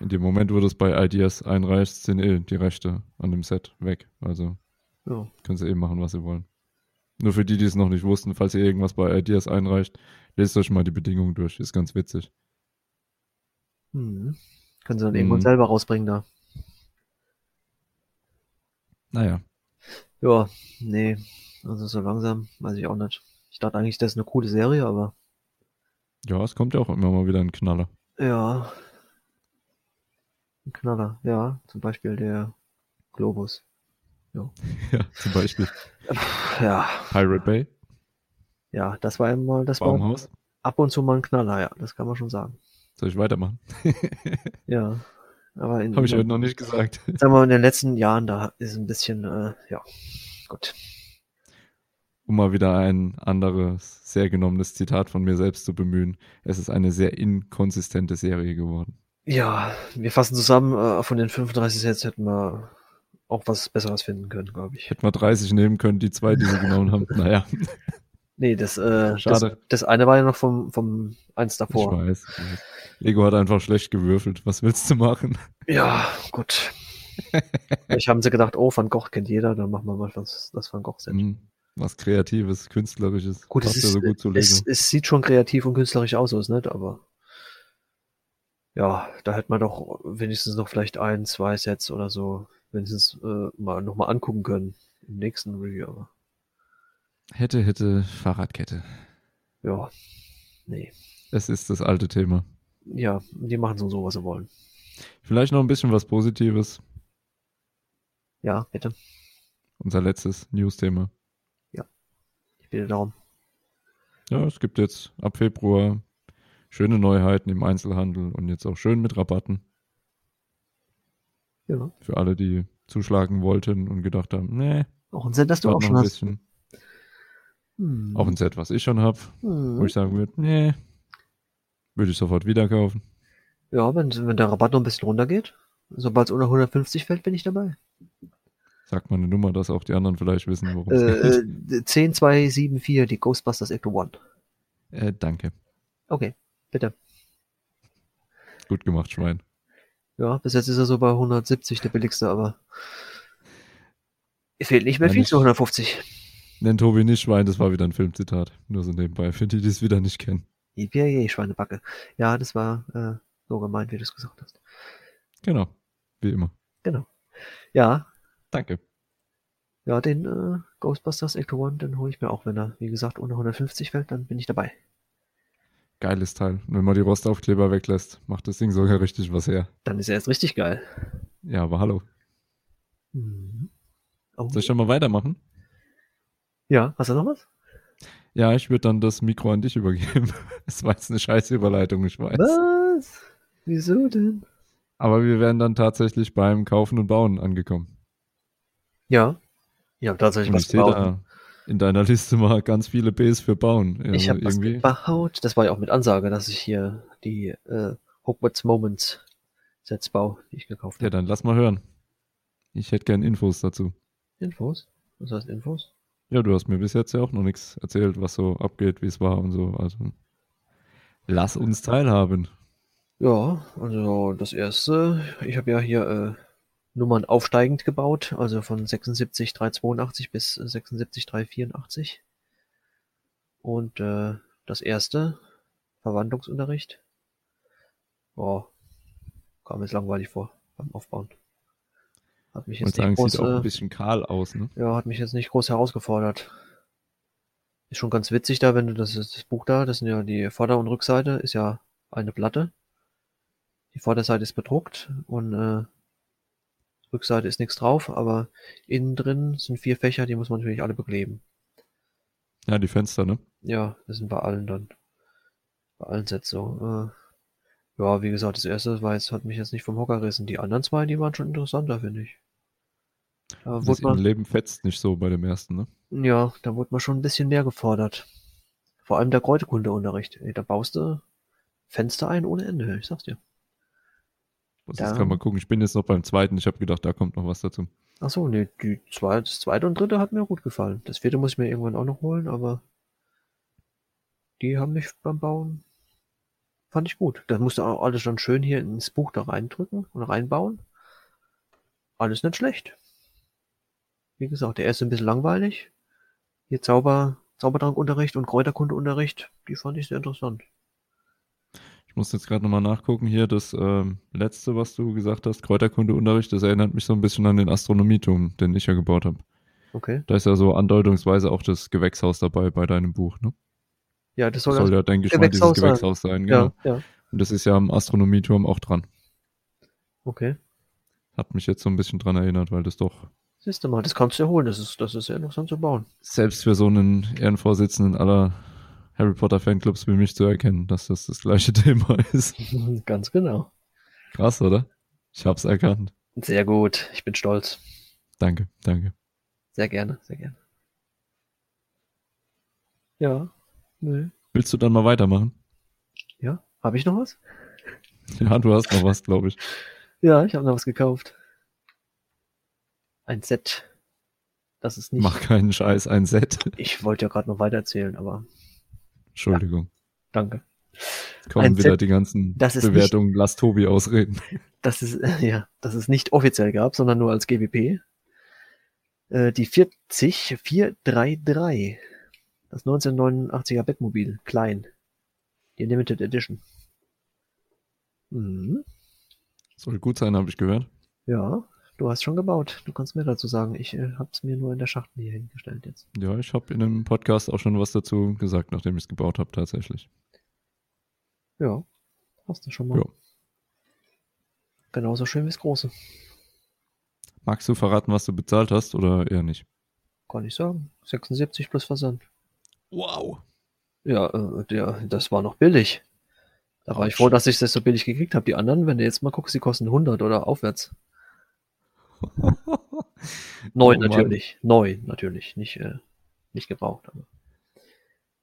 In dem Moment, wo du es bei Ideas einreichst, sind eh die Rechte an dem Set weg. Also
Ja,
Können sie eben machen, was sie wollen. Nur für die, die es noch nicht wussten, falls ihr irgendwas bei Ideas einreicht, lest euch mal die Bedingungen durch. Ist ganz witzig.
hm. Können sie dann
Mhm.
irgendwann selber rausbringen da.
Naja,
Ja, nee, also so langsam, weiß ich auch nicht. Ich dachte eigentlich, das ist eine coole Serie, aber
ja, es kommt ja auch immer mal wieder ein Knaller.
ja. Ein Knaller, ja, zum Beispiel der Globus.
ja, zum Beispiel
Ja,
Pirate Bay,
ja, das war einmal, das war
Baumhaus.
ab und zu mal ein Knaller, ja, das kann man schon sagen.
Soll ich weitermachen?
Ja, aber in,
Habe ich heute
sagen
noch nicht gesagt.
wir mal, in den letzten Jahren, da ist ein bisschen, äh, ja, gut.
um mal wieder ein anderes, sehr genommenes Zitat von mir selbst zu bemühen. Es ist eine sehr inkonsistente Serie geworden.
Ja, wir fassen zusammen, äh, von den 35 Sets hätten wir auch was Besseres finden können, glaube ich.
Hätten wir 30 nehmen können, die zwei, die sie genommen haben. Naja,
Nee, das, äh,
Schade.
Das, das eine war ja noch vom, vom eins
ich
davor.
weiß. ich weiß. Lego hat einfach schlecht gewürfelt. Was willst du machen?
Ja, gut. ich haben sie gedacht, oh, Van Gogh kennt jeder, dann machen wir mal das, das Van Gogh Set.
Mhm. Was Kreatives, Künstlerisches.
Gut, es,
Passt ja
ist,
so gut zu
es,
Lego.
es sieht schon kreativ und künstlerisch aus, so ist nicht, aber ja, da hätte man doch wenigstens noch vielleicht ein, zwei Sets oder so wenigstens äh, mal nochmal angucken können im nächsten Review. Aber
Hätte, hätte, Fahrradkette.
ja, nee.
Es ist das alte Thema.
Ja, die machen so, so was sie wollen.
Vielleicht noch ein bisschen was Positives.
Ja, bitte.
Unser letztes News-Thema.
Ich bitte darum.
Ja, es gibt jetzt ab Februar schöne Neuheiten im Einzelhandel und jetzt auch schön mit Rabatten
Ja.
für alle, die zuschlagen wollten und gedacht haben, nee,
Auch ein Set, das du auch
warte noch
schon
ein
hast.
bisschen.
Hm.
Auch ein Set, was ich schon habe, wo
hm.
ich sagen würde, nee, würde ich sofort wieder kaufen.
Ja, wenn, wenn der Rabatt noch ein bisschen runtergeht, sobald es unter 150 fällt, bin ich dabei.
Sagt mal eine Nummer, dass auch die anderen vielleicht wissen, worum
Äh,
es geht.
äh, 10274, die Ghostbusters Ecto One.
Äh, danke.
Okay, bitte.
Gut gemacht, Schwein.
Ja, bis jetzt ist er so bei 170, der billigste, aber fehlt nicht mehr
Ja,
viel
nicht-
zu 150.
Nenn Tobi nicht Schwein, das war wieder ein Filmzitat. Nur so nebenbei, für die, die es wieder nicht kennen.
Yippie, Schweinebacke. Ja, das war äh, so gemeint, wie du es gesagt hast.
Genau, wie immer.
Ja,
Danke.
Ja, den äh, Ghostbusters Ecto One, den hole ich mir auch, wenn er, wie gesagt, unter 150 fällt, dann bin ich dabei.
Geiles Teil. Und wenn man die Rostaufkleber weglässt, macht das Ding sogar richtig was her.
Dann ist er jetzt richtig geil.
Ja, aber hallo.
Mhm. Oh.
Soll ich schon mal weitermachen?
Ja, hast du noch was?
Ja, ich würde dann das Mikro an dich übergeben. Es war jetzt eine scheiß Überleitung, ich weiß.
Was? Wieso denn?
Aber wir wären dann tatsächlich beim Kaufen und Bauen angekommen.
Ja. Ich habe tatsächlich
Und
was
ich sehe
gebaut.
da in deiner Liste mal ganz viele Bs für Bauen. Ja,
ich habe was
irgendwie.
gebaut. Das war ja auch mit Ansage, dass ich hier die äh, Hogwarts Moments Sets baue, die ich gekauft
Ja,
habe.
dann lass mal hören. Ich hätte gern Infos dazu.
Infos? Was heißt Infos?
Ja, du hast mir bis jetzt ja auch noch nichts erzählt, was so abgeht, wie es war und so. Also lass uns teilhaben.
Ja, also das erste, ich habe ja hier äh, Nummern aufsteigend gebaut, also von 76382 bis äh, 76384. Und äh, das erste, Verwandlungsunterricht, oh, kam jetzt langweilig vor beim Aufbauen. Hat mich
Ich wollte
jetzt
sagen,
nicht
es
groß,
sieht auch ein
äh,
bisschen kahl aus, ne?
ja, hat mich jetzt nicht groß herausgefordert. Ist schon ganz witzig da, wenn du das, das Buch da, das sind ja die Vorder- und Rückseite, ist ja eine Platte. Die Vorderseite ist bedruckt und äh, Rückseite ist nichts drauf, aber innen drin sind vier Fächer, die muss man natürlich alle bekleben.
Ja, die Fenster, ne?
Ja, das sind bei allen dann. Bei allen Sets so. Äh, ja, wie gesagt, das erste war jetzt, hat mich jetzt nicht vom Hocker gerissen. Die anderen zwei, die waren schon interessanter, finde ich. Da
Das
wurde man-
Innenleben fetzt nicht so bei dem ersten, ne?
Ja, da wurde man schon ein bisschen mehr gefordert. Vor allem der Kräuterkundeunterricht. Ey, Da baust du Fenster ein ohne Ende, ich sag's dir.
Das
Ja.
kann man gucken. Ich bin jetzt noch beim zweiten. Ich habe gedacht, da kommt noch was dazu.
Ach so, nee, die zwei, das zweite und dritte hat mir gut gefallen. Das vierte muss ich mir irgendwann auch noch holen, aber die haben mich beim Bauen, fand ich gut. Da musste auch alles dann schön hier ins Buch da reindrücken und reinbauen. Alles nicht schlecht. Wie gesagt, der erste ein bisschen langweilig. Hier Zauber, Zaubertrankunterricht und Kräuterkundeunterricht, die fand ich sehr interessant.
Ich muss jetzt gerade nochmal nachgucken hier. Das ähm, letzte, was du gesagt hast, Kräuterkundeunterricht, das erinnert mich so ein bisschen an den Astronomieturm, den ich ja gebaut habe.
Okay.
Da ist ja so andeutungsweise auch das Gewächshaus dabei bei deinem Buch, ne?
Ja, das soll,
Soll
das
ja, denke ich mal, dieses
Gewächshaus sein.
Gewächshaus sein, genau.
ja, ja.
Und das ist ja am Astronomieturm auch dran.
Okay.
Hat mich jetzt so ein bisschen dran erinnert, weil das doch
Siehst du mal, das kannst du ja holen. Das ist, das ist sehr interessant zu bauen.
selbst für so einen Ehrenvorsitzenden aller Harry Potter Fanclubs wie mich zu erkennen, dass das das gleiche Thema ist.
Ganz genau.
Krass, oder? Ich hab's erkannt.
Sehr gut. Ich bin stolz.
Danke, danke.
Sehr gerne, sehr gerne. Ja. Nö.
Willst du dann mal weitermachen?
Ja. Habe ich noch was?
Ja, du hast noch was, glaube ich.
Ja, ich habe noch was gekauft. Ein Set. Das ist nicht.
Mach keinen Scheiß, ein Set.
Ich wollte ja gerade noch weiter erzählen, aber
Entschuldigung.
danke.
Kommen
Ein
wieder
Set.
die ganzen
Das ist nicht-
Bewertungen. Lass Tobi ausreden.
dass es, ja, dass es nicht offiziell gab, sondern nur als GWP. Äh, die 40433. Das 1989er Bettmobil. Klein. Die Limited Edition. Mhm.
Soll gut sein, habe ich gehört.
Ja, du hast schon gebaut. Du kannst mehr dazu sagen. Ich äh, hab's mir nur in der Schachtel hier hingestellt jetzt.
Ja, ich habe in einem Podcast auch schon was dazu gesagt, nachdem ich es gebaut habe, tatsächlich.
Ja. Hast du schon mal.
Ja.
Genauso schön wie das große.
Magst du verraten, was du bezahlt hast oder eher nicht?
Kann ich sagen. 76 plus Versand.
Wow.
Ja, äh, der, das war noch billig. Da war ich
Autsch.
froh, dass ich das so billig gekriegt habe. Die anderen, wenn du jetzt mal guckst, die kosten 100 oder aufwärts. Neu
Oh Mann.
natürlich. Neu natürlich. Nicht, äh, nicht gebraucht. Aber.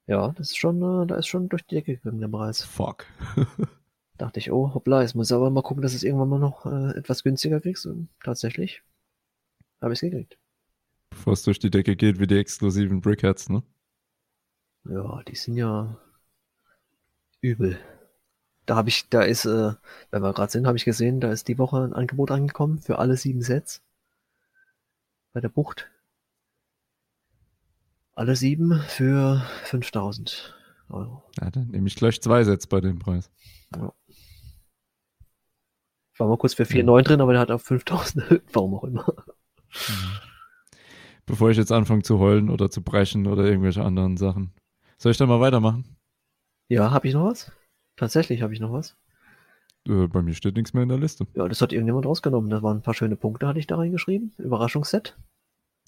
Ja, das ist schon, äh, da ist schon durch die Decke gegangen der Preis.
Fuck.
Dachte ich, oh hoppla, jetzt muss ich aber mal gucken, dass du es irgendwann mal noch äh, etwas günstiger kriegst. Und tatsächlich habe ich es gekriegt.
Bevor es durch die Decke geht, wie die exklusiven Brickheads, ne?
Ja, die sind ja übel. Da habe ich, da ist, äh, wenn wir gerade sind, habe ich gesehen, da ist die Woche ein Angebot angekommen für alle sieben Sets. Bei der Bucht. Alle sieben für 5000 Euro.
Ja, dann nehme ich gleich zwei Sets bei dem Preis.
Ich war mal kurz für 4,9 drin, aber der hat auf 5000 erhöht, warum auch immer.
bevor ich jetzt anfange zu heulen oder zu brechen oder irgendwelche anderen Sachen. Soll ich da mal weitermachen?
Ja, habe ich noch was? Tatsächlich habe ich noch was.
Äh, bei mir steht nichts mehr in der Liste.
Ja, das hat irgendjemand rausgenommen. Da waren ein paar schöne Punkte, hatte ich da reingeschrieben. Überraschungsset.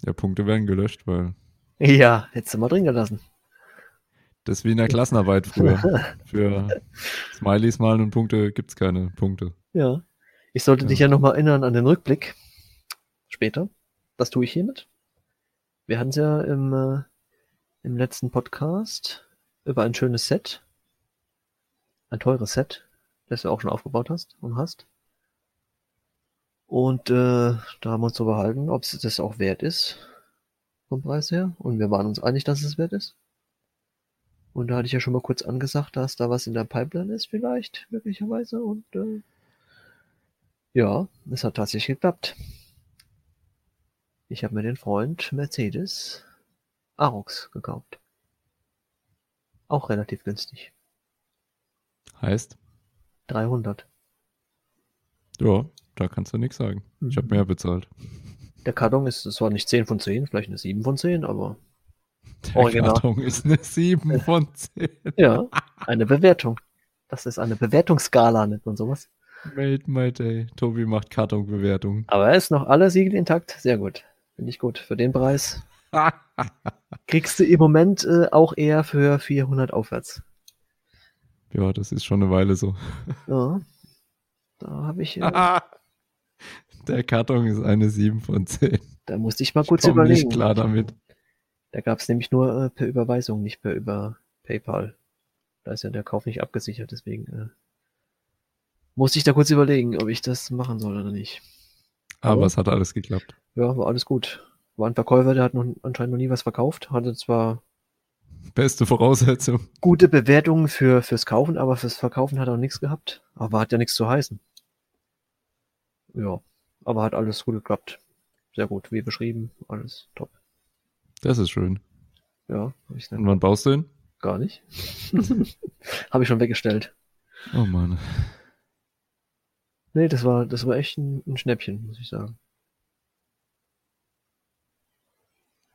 Ja, Punkte werden gelöscht, weil
Ja, hättest du mal drin gelassen.
das ist wie in der Klassenarbeit früher. Für Smileys malen und Punkte gibt's keine Punkte.
Ja. Ich sollte
Ja.
dich ja nochmal erinnern an den Rückblick. Später. Das tue ich hiermit. Wir hatten es ja im, äh, im letzten Podcast über ein schönes Set. Ein teures Set, das du auch schon aufgebaut hast und hast. Und äh, da haben wir uns darüber gehalten, ob es das auch wert ist. Vom Preis her. Und wir waren uns einig, dass es wert ist. Und da hatte ich ja schon mal kurz angesagt, dass da was in der Pipeline ist, vielleicht, möglicherweise. Und äh, ja, es hat tatsächlich geklappt. Ich habe mir den Freund Mercedes Arox gekauft. Auch relativ günstig.
Heißt,
300.
ja, da kannst du nichts sagen. Ich habe
Mhm.
mehr bezahlt.
Der Karton ist zwar nicht 10 von 10, vielleicht eine 7 von 10, aber
Der
Original.
Karton ist eine 7 von 10.
ja, eine Bewertung. Das ist eine Bewertungsskala, nennt man sowas.
Made my day. Tobi macht Kartonbewertungen.
Aber er ist noch alle Siegel intakt. Sehr gut. Finde ich gut. Für den Preis kriegst du im Moment äh, auch eher für 400 aufwärts.
ja, das ist schon eine Weile so.
Ja. Da habe ich, äh,
Der Karton ist eine 7 von 10.
da musste ich mal kurz
Komm
überlegen.
nicht klar damit.
Da gab's nämlich nur äh, per Überweisung, nicht per über PayPal. Da ist ja der Kauf nicht abgesichert, deswegen äh, musste ich da kurz überlegen, ob ich das machen soll oder nicht.
Aber
Aber-
es hat alles geklappt.
Ja, war alles gut. War ein Verkäufer, der hat noch, anscheinend noch nie was verkauft, hatte zwar
Beste Voraussetzung.
gute Bewertungen für, fürs Kaufen, aber fürs Verkaufen hat er noch nichts gehabt. Aber hat ja nichts zu heißen. Ja, aber hat alles gut geklappt. Sehr gut, wie beschrieben, alles top.
Das ist schön.
Ja, hab ich
Und
dann
wann baust du ihn?
gar nicht. Habe ich schon weggestellt.
Oh Mann.
Nee, das war, das war echt ein, ein Schnäppchen, muss ich sagen.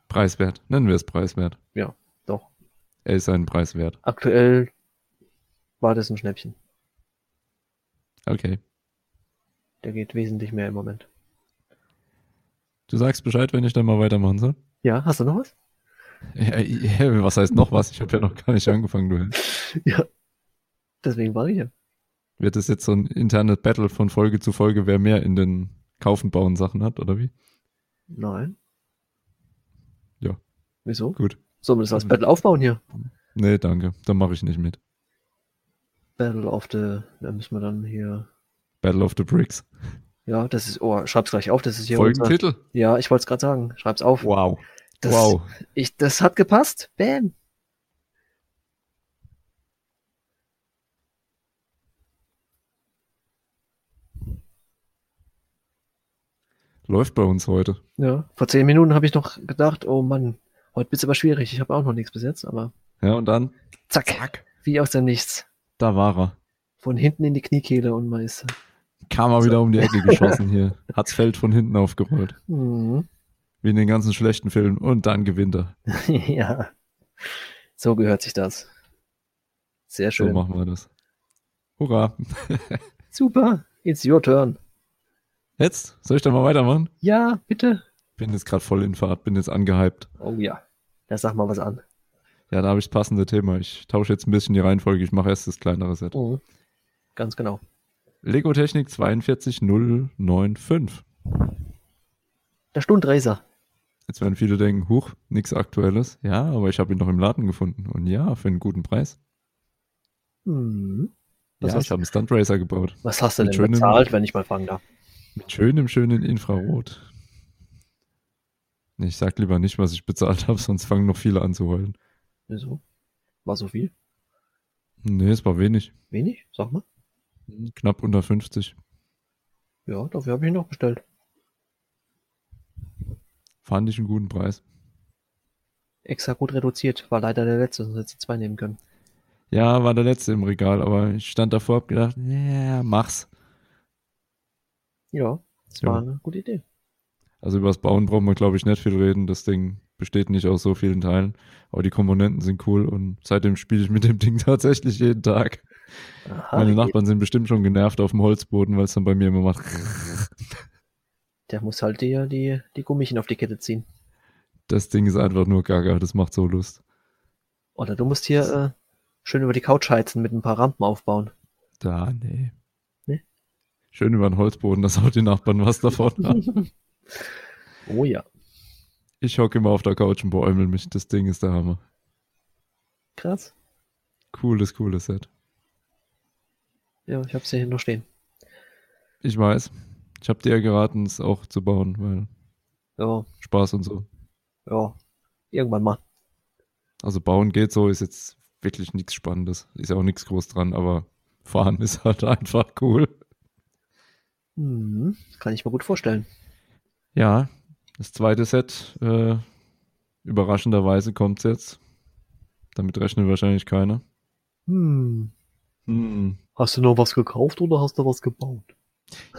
Preiswert. Nennen wir es preiswert.
Doch.
Er ist einen Preiswert.
Aktuell war das ein Schnäppchen.
Okay.
Der geht wesentlich mehr im Moment.
Du sagst Bescheid, wenn ich dann mal weitermachen soll.
Ja, hast du noch was?
Ja, ja, was heißt noch was? Ich habe ja noch gar nicht angefangen, du. Held.
Ja. Deswegen war ich ja.
Wird das jetzt so ein internet Battle von Folge zu Folge, wer mehr in den Kaufen, Bauen Sachen hat, oder wie?
Nein.
Ja.
Wieso?
Gut.
Sollen wir das als Battle aufbauen hier?
Nee, danke. Dann mache ich nicht mit.
Battle auf the, da müssen wir dann hier.
Battle of the Bricks.
Ja, das ist, oh, schreib's gleich auf, das ist hier unser,
Folgentitel?
Ja, ich wollte es gerade sagen, schreib's auf.
Wow.
Das,
wow.
Ich, das hat gepasst. Bam.
Läuft bei uns heute.
Ja. Vor zehn Minuten habe ich noch gedacht, oh Mann, heute wird's aber schwierig. Ich habe auch noch nichts bis jetzt, aber
Ja, und dann,
zack,
zack,
wie aus dem Nichts.
da war er.
Von hinten in die Kniekehle und man ist.
Kam er wieder um die Ecke geschossen hier. Hat's Feld von hinten aufgerollt.
Mhm.
Wie in den ganzen schlechten Filmen. Und dann gewinnt er.
ja. So gehört sich das. Sehr
So
schön.
machen wir das. Hurra.
Super. It's your turn.
Jetzt? Soll ich da mal weitermachen?
Ja, bitte.
Bin jetzt gerade voll in Fahrt, bin jetzt angehypt.
Oh ja. Da sag mal was an.
Ja, da habe ich das passende Thema. Ich tausche jetzt ein bisschen die Reihenfolge. Ich mache erst das kleinere Set.
Mhm. Ganz genau.
Lego Technik 42095.
Der Stundracer.
Jetzt werden viele denken, huch, nichts Aktuelles. Ja, aber ich habe ihn noch im Laden gefunden. Und ja, für einen guten Preis.
Mhm. Was
ja,
hast
ich habe einen Stunt Racer gebaut.
Was hast du
Mit
denn
schönem-
bezahlt, wenn ich mal fragen darf?
Mit schönem, schönen Infrarot. Nee, Ich sag lieber nicht, was ich bezahlt habe, sonst fangen noch viele an zu heulen.
Wieso? War so viel?
Nee, es war wenig.
Wenig? Sag mal.
Knapp unter 50.
Ja, dafür habe ich ihn noch bestellt.
Fand ich einen guten Preis.
Extra gut reduziert. War leider der letzte, sonst hätte ich zwei nehmen können.
Ja, war der letzte im Regal, aber ich stand davor, hab gedacht, ja, mach's.
Ja, das
Ja.
war eine gute Idee.
Also über das Bauen braucht man, glaube ich, nicht viel reden. Das Ding besteht nicht aus so vielen Teilen. Aber die Komponenten sind cool und seitdem spiele ich mit dem Ding tatsächlich jeden Tag.
Aha,
Meine Nachbarn sind bestimmt schon genervt auf dem Holzboden, weil es dann bei mir immer macht.
der muss halt dir die, die Gummischen auf die Kette ziehen.
Das Ding ist einfach nur gaga, das macht so Lust.
Oder du musst hier äh, schön über die Couch heizen mit ein paar Rampen aufbauen.
Da, nee.
Nee?
Schön über den Holzboden, das haut die Nachbarn was davon an.
Oh ja,
Ich hocke immer auf der Couch und beäumel mich. Das Ding ist der Hammer.
krass.
Cooles, cooles Set.
Ja, ich hab's hier noch stehen.
Ich weiß. Ich habe dir geraten, es auch zu bauen, weil
Ja,
Spaß und so.
ja. Irgendwann mal.
Also bauen geht so, ist jetzt wirklich nichts Spannendes. Ist ja auch nichts groß dran, aber fahren ist halt einfach cool.
Mhm. Kann ich mir gut vorstellen.
Ja, das zweite Set, äh, überraschenderweise kommt's jetzt. Damit rechnet wahrscheinlich keiner.
Hm.
Hm,
Hast du noch was gekauft oder hast du was gebaut?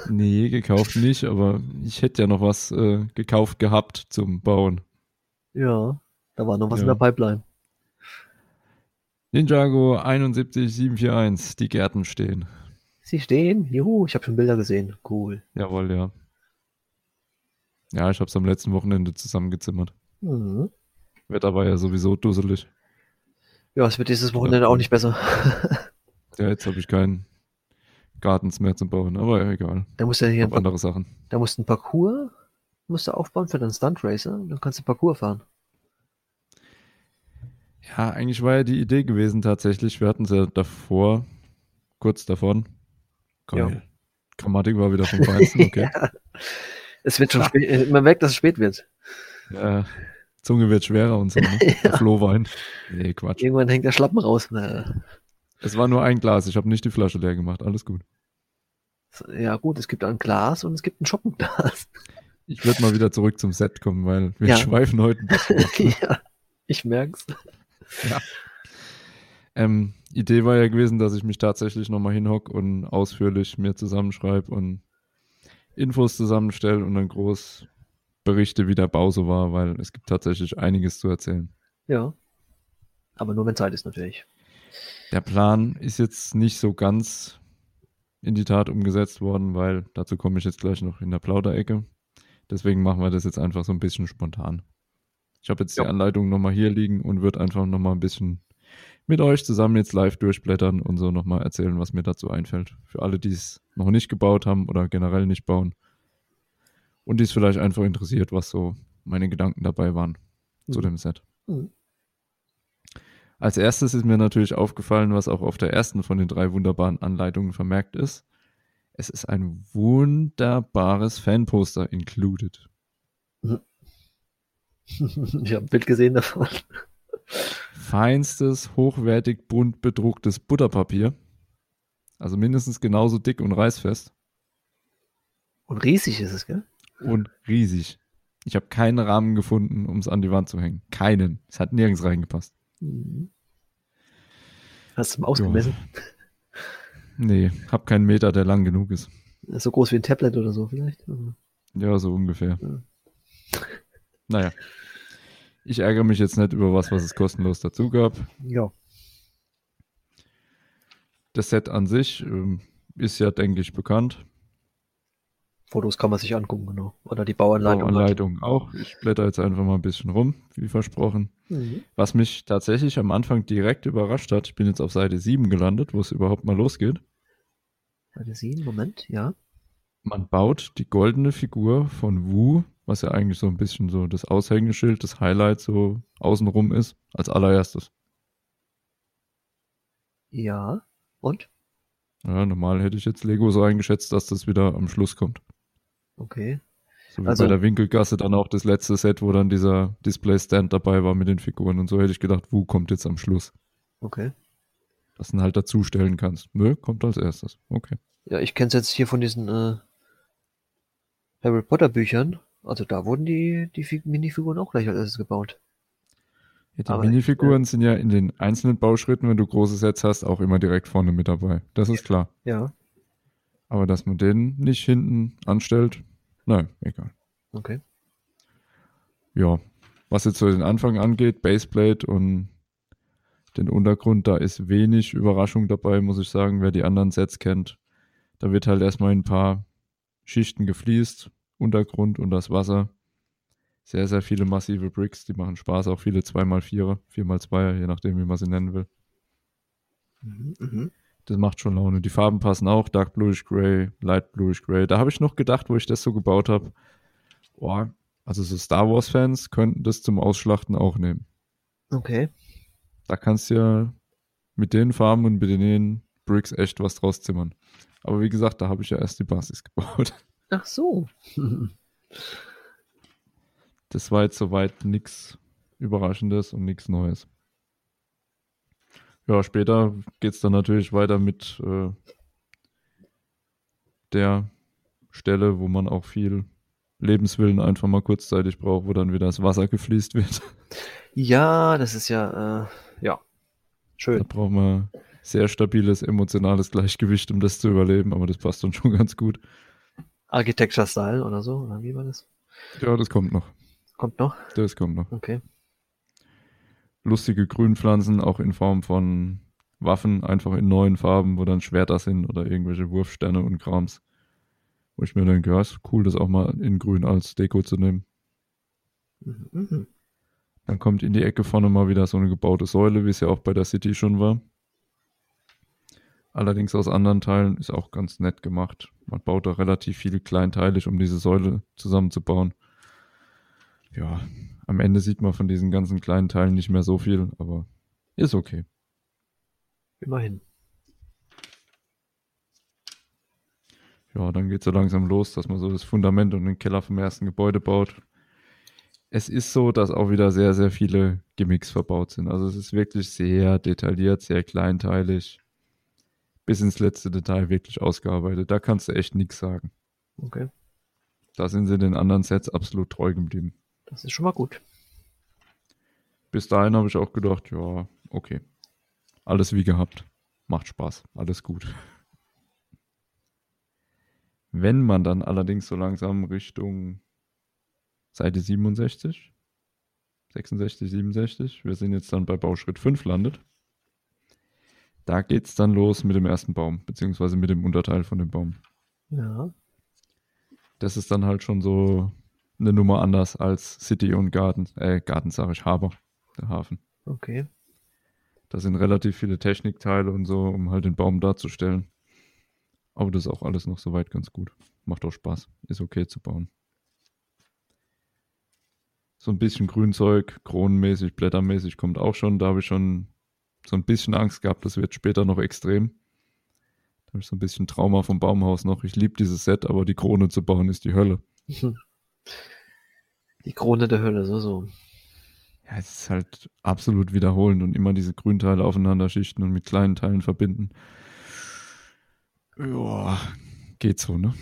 nee, gekauft nicht, aber ich hätte ja noch was äh, gekauft gehabt zum Bauen.
Ja, da war noch was
Ja.
in der Pipeline.
Ninjago 71741, die Gärten stehen.
Sie stehen. Juhu, ich habe schon Bilder gesehen. Cool.
Jawohl, ja. Ja, ich hab's am letzten Wochenende zusammengezimmert.
Mhm.
Wetter war ja sowieso dusselig.
Ja, es wird dieses Wochenende auch nicht besser.
Ja, jetzt habe ich keinen Gartens mehr zum Bauen, aber ja, egal.
Da musst du ja
Ich
hier
hab
ein,
andere Sachen.
da musst du ein Parcours musst du aufbauen für deinen Stunt Racer. Dann kannst du Parcours fahren.
Ja, eigentlich war ja die Idee gewesen tatsächlich. Wir hatten ja davor, kurz davon.
Ja.
Grammatik war wieder vom Feinsten, okay.
Es wird schon spät. äh, Man merkt, dass es spät wird.
ja. Zunge wird schwerer und so. Ne? Der Flohwein. Nee, Quatsch.
Irgendwann hängt der Schlappen raus. Na,
Es war nur ein Glas. Ich habe nicht die Flasche leer gemacht. Alles gut.
Ja gut, es gibt ein Glas und es gibt ein Schoppenglas.
Ich würde mal wieder zurück zum Set kommen, weil wir
Ja.
schweifen heute ein bisschen. ab.
ja, ich merk's.
Ähm, Idee war ja gewesen, dass ich mich tatsächlich nochmal hinhock und ausführlich mir zusammenschreibe und Infos zusammenstelle und dann groß berichte, wie der Bau so war, weil es gibt tatsächlich einiges zu erzählen.
Ja. Aber nur wenn Zeit ist natürlich.
Der Plan ist jetzt nicht so ganz in die Tat umgesetzt worden, weil dazu komme ich jetzt gleich noch in der Plauderecke. Deswegen machen wir das jetzt einfach so ein bisschen spontan. Ich habe jetzt
Ja.
die Anleitung nochmal hier liegen und würde einfach nochmal ein bisschen mit euch zusammen jetzt live durchblättern und so nochmal erzählen, was mir dazu einfällt. Für alle, die es noch nicht gebaut haben oder generell nicht bauen und die es vielleicht einfach interessiert, was so meine Gedanken dabei waren zu
Mhm.
dem Set.
Mhm.
Als erstes ist mir natürlich aufgefallen, was auch auf der ersten von den drei wunderbaren Anleitungen vermerkt ist. Es ist ein wunderbares Fanposter included.
ich habe ein Bild gesehen davon.
Feinstes, hochwertig bunt bedrucktes Butterpapier. Also mindestens genauso dick und reißfest
Und riesig ist es, gell?
und riesig. Ich habe keinen Rahmen gefunden, um es an die Wand zu hängen. Keinen. Es hat nirgends reingepasst.
Mhm. Hast du mal ausgemessen?
Nee, hab keinen Meter, der lang genug ist.
So groß wie ein Tablet oder so vielleicht. Mhm.
Ja, so ungefähr.
Ja.
Naja. Ich ärgere mich jetzt nicht über was, was es kostenlos dazu gab.
Ja.
Das Set an sich ähm, ist ja, denke ich, bekannt.
Fotos kann man sich angucken, genau. Oder die Bauanleitung. halt.
Anleitung auch. Ich blätter jetzt einfach mal ein bisschen rum, wie versprochen.
Mhm.
Was mich tatsächlich am Anfang direkt überrascht hat, ich bin jetzt auf Seite 7 gelandet, wo es überhaupt mal losgeht.
Warte, sehen, Moment, ja.
Man baut die goldene Figur von Wu, was ja eigentlich so ein bisschen so das Aushängeschild, das Highlight so außenrum ist, als allererstes.
Ja. Und?
Ja, normal hätte ich jetzt Lego so eingeschätzt, dass das wieder am Schluss kommt.
Okay.
So wie
Also-
bei der Winkelgasse dann auch das letzte Set, wo dann dieser Display-Stand dabei war mit den Figuren. Und so hätte ich gedacht, wo kommt jetzt am Schluss?
Okay.
Dass du ihn halt dazustellen kannst. Nö, kommt als erstes. Okay.
Ja, ich kenn's jetzt hier von diesen äh, Harry Potter Büchern. Also da wurden die, die Fi- Minifiguren auch gleich als erstes gebaut.
Ja, die
Aber- äh,
Minifiguren sind ja in den einzelnen Bauschritten, wenn du große Sets hast, auch immer direkt vorne mit dabei. Das ist klar.
Ja.
Aber dass man den nicht hinten anstellt, nein, egal.
Okay.
ja, was jetzt so den Anfang angeht, Baseplate und den Untergrund, da ist wenig Überraschung dabei, muss ich sagen, wer die anderen Sets kennt. Da wird halt erstmal in ein paar Schichten gefliest, Untergrund und das Wasser. Sehr, sehr viele massive Bricks, die machen Spaß, auch viele 2x4er, 4x2er, je nachdem, wie man sie nennen will.
Mhm, mhm.
Das macht schon Laune. Die Farben passen auch, Dark Bluish Gray, Light Bluish Gray. Da habe ich noch gedacht, wo ich das so gebaut habe, boah, also so Star Wars Fans könnten das zum Ausschlachten auch nehmen.
Okay.
Da kannst du ja mit den Farben und mit den Bricks echt was draus zimmern. Aber wie gesagt, da habe ich ja erst die Basis gebaut.
Ach so.
Das war jetzt soweit nichts Überraschendes und nichts Neues. Ja, später geht es dann natürlich weiter mit äh, der Stelle, wo man auch viel Lebenswillen einfach mal kurzzeitig braucht, wo dann wieder das Wasser gefliest wird.
ja, das ist ja, äh, ja,
Da
schön.
braucht man sehr stabiles emotionales Gleichgewicht, um das zu überleben, aber das passt dann schon ganz gut.
Architecture Style oder so, oder wie war das?
Ja, das kommt noch.
Kommt noch?
Das kommt noch.
Okay.
Lustige Grünpflanzen, auch in Form von Waffen, einfach in neuen Farben, wo dann Schwerter sind oder irgendwelche Wurfsterne und Krams. Wo ich mir denke, ja, ist cool, das auch mal in Grün als Deko zu nehmen.
Mhm, mhm.
Dann kommt in die Ecke vorne mal wieder so eine gebaute Säule, wie es ja auch bei der City schon war. Allerdings aus anderen Teilen ist auch ganz nett gemacht. Man baut da relativ viele kleinteilig, um diese Säule zusammenzubauen. Ja, am Ende sieht man von diesen ganzen kleinen Teilen nicht mehr so viel, aber ist okay.
Immerhin.
Ja, dann geht so langsam los, dass man so das Fundament und den Keller vom ersten Gebäude baut. Es ist so, dass auch wieder sehr, sehr viele Gimmicks verbaut sind. Also es ist wirklich sehr detailliert, sehr kleinteilig, bis ins letzte Detail wirklich ausgearbeitet. Da kannst du echt nichts sagen.
Okay.
Da sind sie den anderen Sets absolut treu geblieben.
Das ist schon mal gut.
Bis dahin habe ich auch gedacht, ja, okay. Alles wie gehabt. Macht Spaß. Alles gut. Wenn man dann allerdings so langsam Richtung Seite 67, 66, 67, wir sind jetzt dann bei Bauschritt 5 landet, da geht es dann los mit dem ersten Baum, beziehungsweise mit dem Unterteil von dem Baum.
Ja.
Das ist dann halt schon so eine Nummer anders als City und Garten, äh, Garten sage ich, Harbor, der Hafen.
Okay.
Da sind relativ viele Technikteile und so, um halt den Baum darzustellen. Aber das ist auch alles noch soweit ganz gut. Macht auch Spaß. Ist okay zu bauen. So ein bisschen Grünzeug, kronenmäßig, blättermäßig kommt auch schon. Da habe ich schon so ein bisschen Angst gehabt, das wird später noch extrem. Da habe ich so ein bisschen Trauma vom Baumhaus noch. Ich liebe dieses Set, aber die Krone zu bauen ist die Hölle.
Die Krone der Hölle, so, so.
Ja, es ist halt absolut wiederholend und immer diese Grünteile aufeinander schichten und mit kleinen Teilen verbinden. Ja, geht so, ne?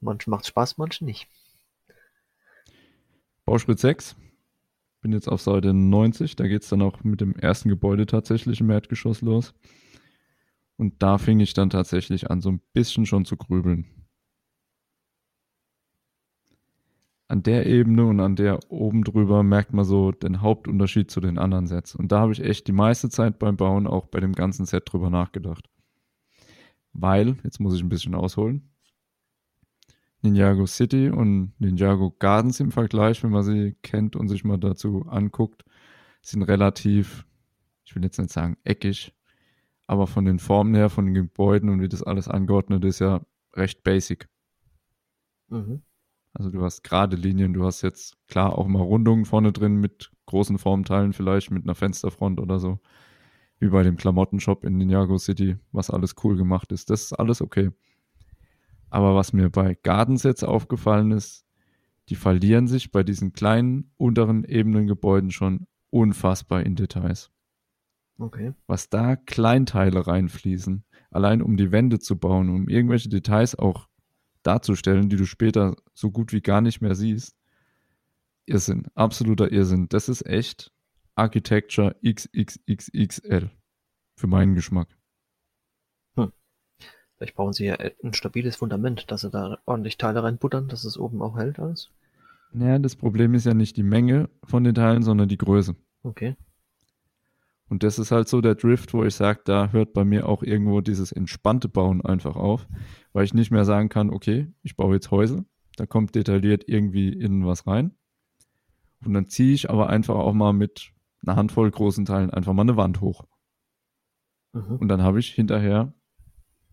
Manchen macht Spaß, manchen nicht.
Bauschritt 6. Bin jetzt auf Seite 90. Da geht es dann auch mit dem ersten Gebäude tatsächlich im Erdgeschoss los. Und da fing ich dann tatsächlich an, so ein bisschen schon zu grübeln. An der Ebene und an der oben drüber merkt man so den Hauptunterschied zu den anderen Sets. Und da habe ich echt die meiste Zeit beim Bauen auch bei dem ganzen Set drüber nachgedacht. Weil, jetzt muss ich ein bisschen ausholen, Ninjago City und Ninjago Gardens im Vergleich, wenn man sie kennt und sich mal dazu anguckt, sind relativ, ich will jetzt nicht sagen eckig, aber von den Formen her, von den Gebäuden und wie das alles angeordnet ist, ja recht basic.
Mhm.
Also du hast gerade Linien, du hast jetzt klar auch mal Rundungen vorne drin mit großen Formteilen vielleicht, mit einer Fensterfront oder so. Wie bei dem Klamottenshop in Ninjago City, was alles cool gemacht ist. Das ist alles okay. Aber was mir bei Gardens jetzt aufgefallen ist, die verlieren sich bei diesen kleinen unteren ebenen Gebäuden schon unfassbar in Details
Okay.
was da Kleinteile reinfließen, allein um die Wände zu bauen, um irgendwelche Details auch darzustellen, die du später so gut wie gar nicht mehr siehst. Irrsinn, absoluter Irrsinn. Das ist echt Architecture XXXXL für meinen Geschmack.
e- Vielleicht bauen sie ja ein stabiles Fundament, dass sie da ordentlich Teile reinbuttern, dass es oben auch hält alles.
Naja, das Problem ist ja nicht die Menge von den Teilen, sondern die Größe.
Okay.
Und das ist halt so der Drift, wo ich sage, da hört bei mir auch irgendwo dieses entspannte Bauen einfach auf, weil ich nicht mehr sagen kann, okay, ich baue jetzt Häuser, da kommt detailliert irgendwie innen was rein. Und dann ziehe ich aber einfach auch mal mit einer Handvoll großen Teilen einfach mal eine Wand hoch.
Mhm.
Und dann habe ich hinterher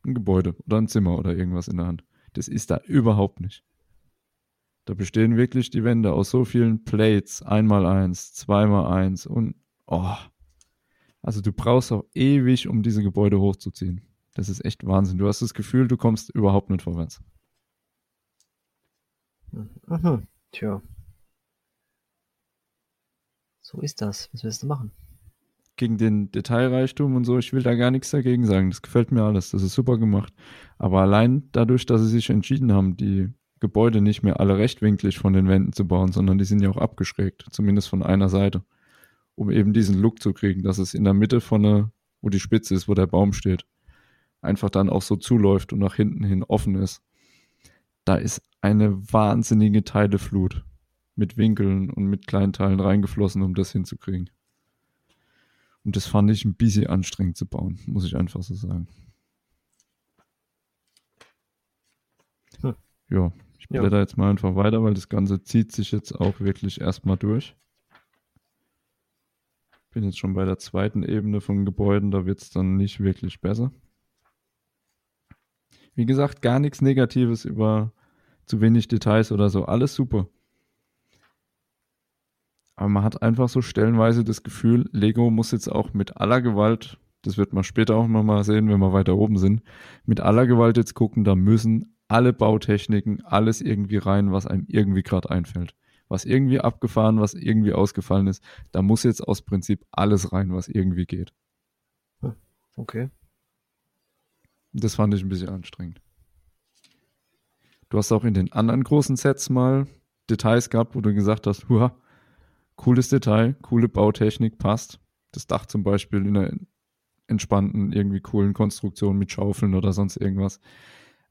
ein Gebäude oder ein Zimmer oder irgendwas in der Hand. Das ist da überhaupt nicht. Da bestehen wirklich die Wände aus so vielen Plates, einmal eins, zweimal eins und oh. Also du brauchst auch ewig, um diese Gebäude hochzuziehen. Das ist echt Wahnsinn. Du hast das Gefühl, du kommst überhaupt nicht vorwärts.
Mhm. Tja. So ist das. Was willst du machen?
gegen den Detailreichtum und so, ich will da gar nichts dagegen sagen. Das gefällt mir alles, das ist super gemacht. Aber allein dadurch, dass sie sich entschieden haben, die Gebäude nicht mehr alle rechtwinklig von den Wänden zu bauen, sondern die sind ja auch abgeschrägt, zumindest von einer Seite, um eben diesen Look zu kriegen, dass es in der Mitte von der, wo die Spitze ist, wo der Baum steht, einfach dann auch so zuläuft und nach hinten hin offen ist. Da ist eine wahnsinnige Teileflut mit Winkeln und mit kleinen Teilen reingeflossen, um das hinzukriegen. Und das fand ich ein bisschen anstrengend zu bauen, muss ich einfach so sagen.
Hm.
Ja, ich
Ja.
blätter jetzt mal einfach weiter, weil das Ganze zieht sich jetzt auch wirklich erstmal durch. Bin jetzt schon bei der zweiten Ebene von Gebäuden, da wird es dann nicht wirklich besser. Wie gesagt, gar nichts Negatives über zu wenig Details oder so. Alles super. Aber man hat einfach so stellenweise das Gefühl, Lego muss jetzt auch mit aller Gewalt, das wird man später auch noch mal sehen, wenn wir weiter oben sind, mit aller Gewalt jetzt gucken, da müssen alle Bautechniken, alles irgendwie rein, was einem irgendwie gerade einfällt. Was irgendwie abgefahren, was irgendwie ausgefallen ist, da muss jetzt aus Prinzip alles rein, was irgendwie geht.
Okay.
Das fand ich ein bisschen anstrengend. Du hast auch in den anderen großen Sets mal Details gehabt, wo du gesagt hast, huha, cooles Detail, coole Bautechnik, passt. Das Dach zum Beispiel in einer entspannten, irgendwie coolen Konstruktion mit Schaufeln oder sonst irgendwas.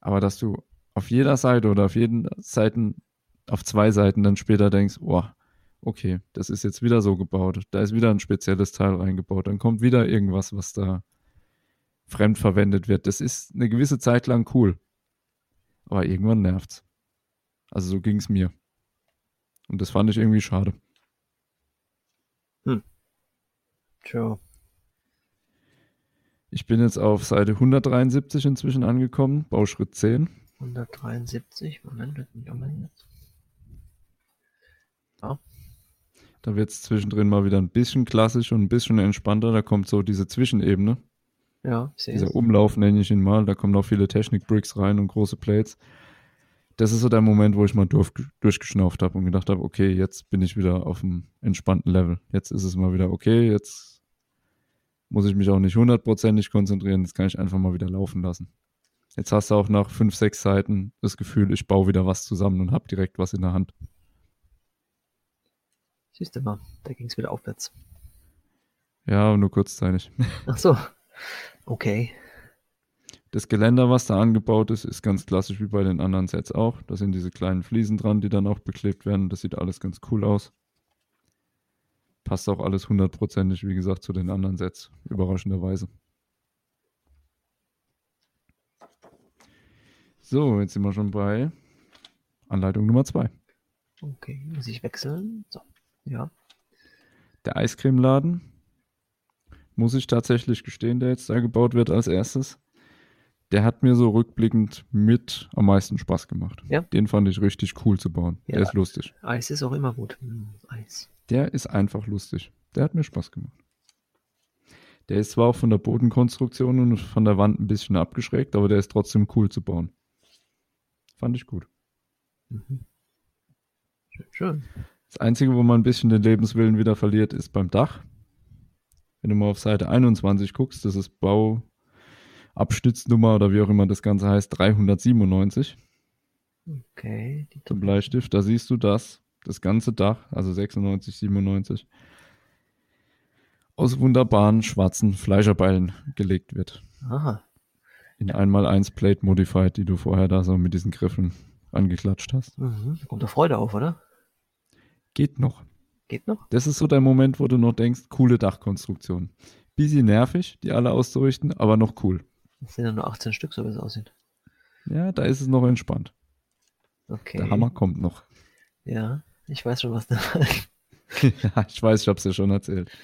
Aber dass du auf jeder Seite oder auf jeden Seiten, auf zwei Seiten dann später denkst, boah, okay, das ist jetzt wieder so gebaut, da ist wieder ein spezielles Teil reingebaut, dann kommt wieder irgendwas, was da fremd verwendet wird. Das ist eine gewisse Zeit lang cool. Aber irgendwann nervt's. Also so ging's mir. Und das fand ich irgendwie schade.
Tja.
Ich bin jetzt auf Seite 173 inzwischen angekommen, Bauschritt 10.
173. Moment, lass mich auch mal hier.
Da wird's zwischendrin mal wieder ein bisschen klassisch und ein bisschen entspannter. Da kommt so diese Zwischenebene.
Ja, ich sehe
Dieser
es.
Umlauf nenne ich ihn mal. Da kommen auch viele Technik-Bricks rein und große Plates. Das ist so der Moment, wo ich mal durch, durchgeschnauft habe und gedacht habe, okay, jetzt bin ich wieder auf dem entspannten Level. Jetzt ist es mal wieder okay, jetzt muss ich mich auch nicht hundertprozentig konzentrieren, jetzt kann ich einfach mal wieder laufen lassen. Jetzt hast du auch nach fünf, sechs Seiten das Gefühl, ich baue wieder was zusammen und habe direkt was in der Hand.
Siehst du mal, da ging es wieder aufwärts.
Ja, nur kurzzeitig.
Ach so. Okay.
Das Geländer, was da angebaut ist, ist ganz klassisch wie bei den anderen Sets auch. Da sind diese kleinen Fliesen dran, die dann auch beklebt werden. Das sieht alles ganz cool aus. Passt auch alles hundertprozentig, wie gesagt, zu den anderen Sets. Überraschenderweise. So, jetzt sind wir schon bei Anleitung Nummer 2.
Okay, muss ich wechseln? So. Ja.
Der Eiscremeladen, muss ich tatsächlich gestehen, der jetzt da gebaut wird als erstes, der hat mir so rückblickend mit am meisten Spaß gemacht.
Ja.
Den fand ich richtig cool zu bauen.
Ja.
Der ist lustig.
Eis ist auch immer gut. Hm, Eis.
Der ist einfach lustig. Der hat mir Spaß gemacht. Der ist zwar auch von der Bodenkonstruktion und von der Wand ein bisschen abgeschrägt, aber der ist trotzdem cool zu bauen. Fand ich gut.
Mhm. Schön, schön.
Das Einzige, wo man ein bisschen den Lebenswillen wieder verliert, ist beim Dach. Wenn du mal auf Seite 21 guckst, das ist Bauabstütznummer oder wie auch immer das Ganze heißt, 397
Okay. Die
zum Bleistift. Da siehst du das, das ganze Dach, also 96, 97, aus wunderbaren schwarzen Fleischerbeilen gelegt wird.
Aha.
In einmal 1 Plate Modified, die du vorher da so mit diesen Griffen angeklatscht hast.
Mhm. Da kommt doch Freude auf, oder?
Geht noch.
Geht noch?
Das ist so der Moment, wo du noch denkst, coole Dachkonstruktion. Bisschen nervig, die alle auszurichten, aber noch cool.
Es sind ja nur 18 Stück, so wie es aussieht.
Ja, da ist es noch entspannt.
Okay.
Der Hammer kommt noch.
Ja, ich weiß schon, was da
ja, ich weiß, ich hab's dir schon erzählt.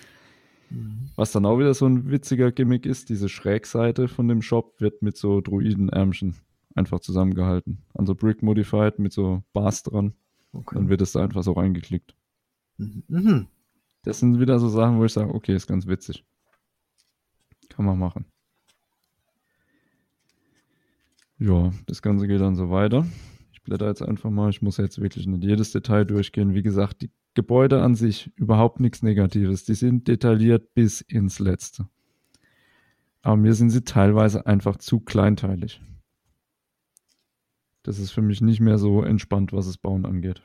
Mhm.
Was dann auch wieder so ein witziger Gimmick ist, diese Schrägseite von dem Shop wird mit so Druidenärmchen einfach zusammengehalten. Also Brick Modified mit so Bars dran.
Okay.
Dann wird es da einfach so reingeklickt.
Mhm. Mhm.
Das sind wieder so Sachen, wo ich sage, okay, ist ganz witzig. Kann man machen. Ja, das Ganze geht dann so weiter. Ich blätter jetzt einfach mal. Ich muss jetzt wirklich nicht jedes Detail durchgehen. Wie gesagt, die Gebäude an sich überhaupt nichts Negatives. Die sind detailliert bis ins Letzte. Aber mir sind sie teilweise einfach zu kleinteilig. Das ist für mich nicht mehr so entspannt, was das Bauen angeht.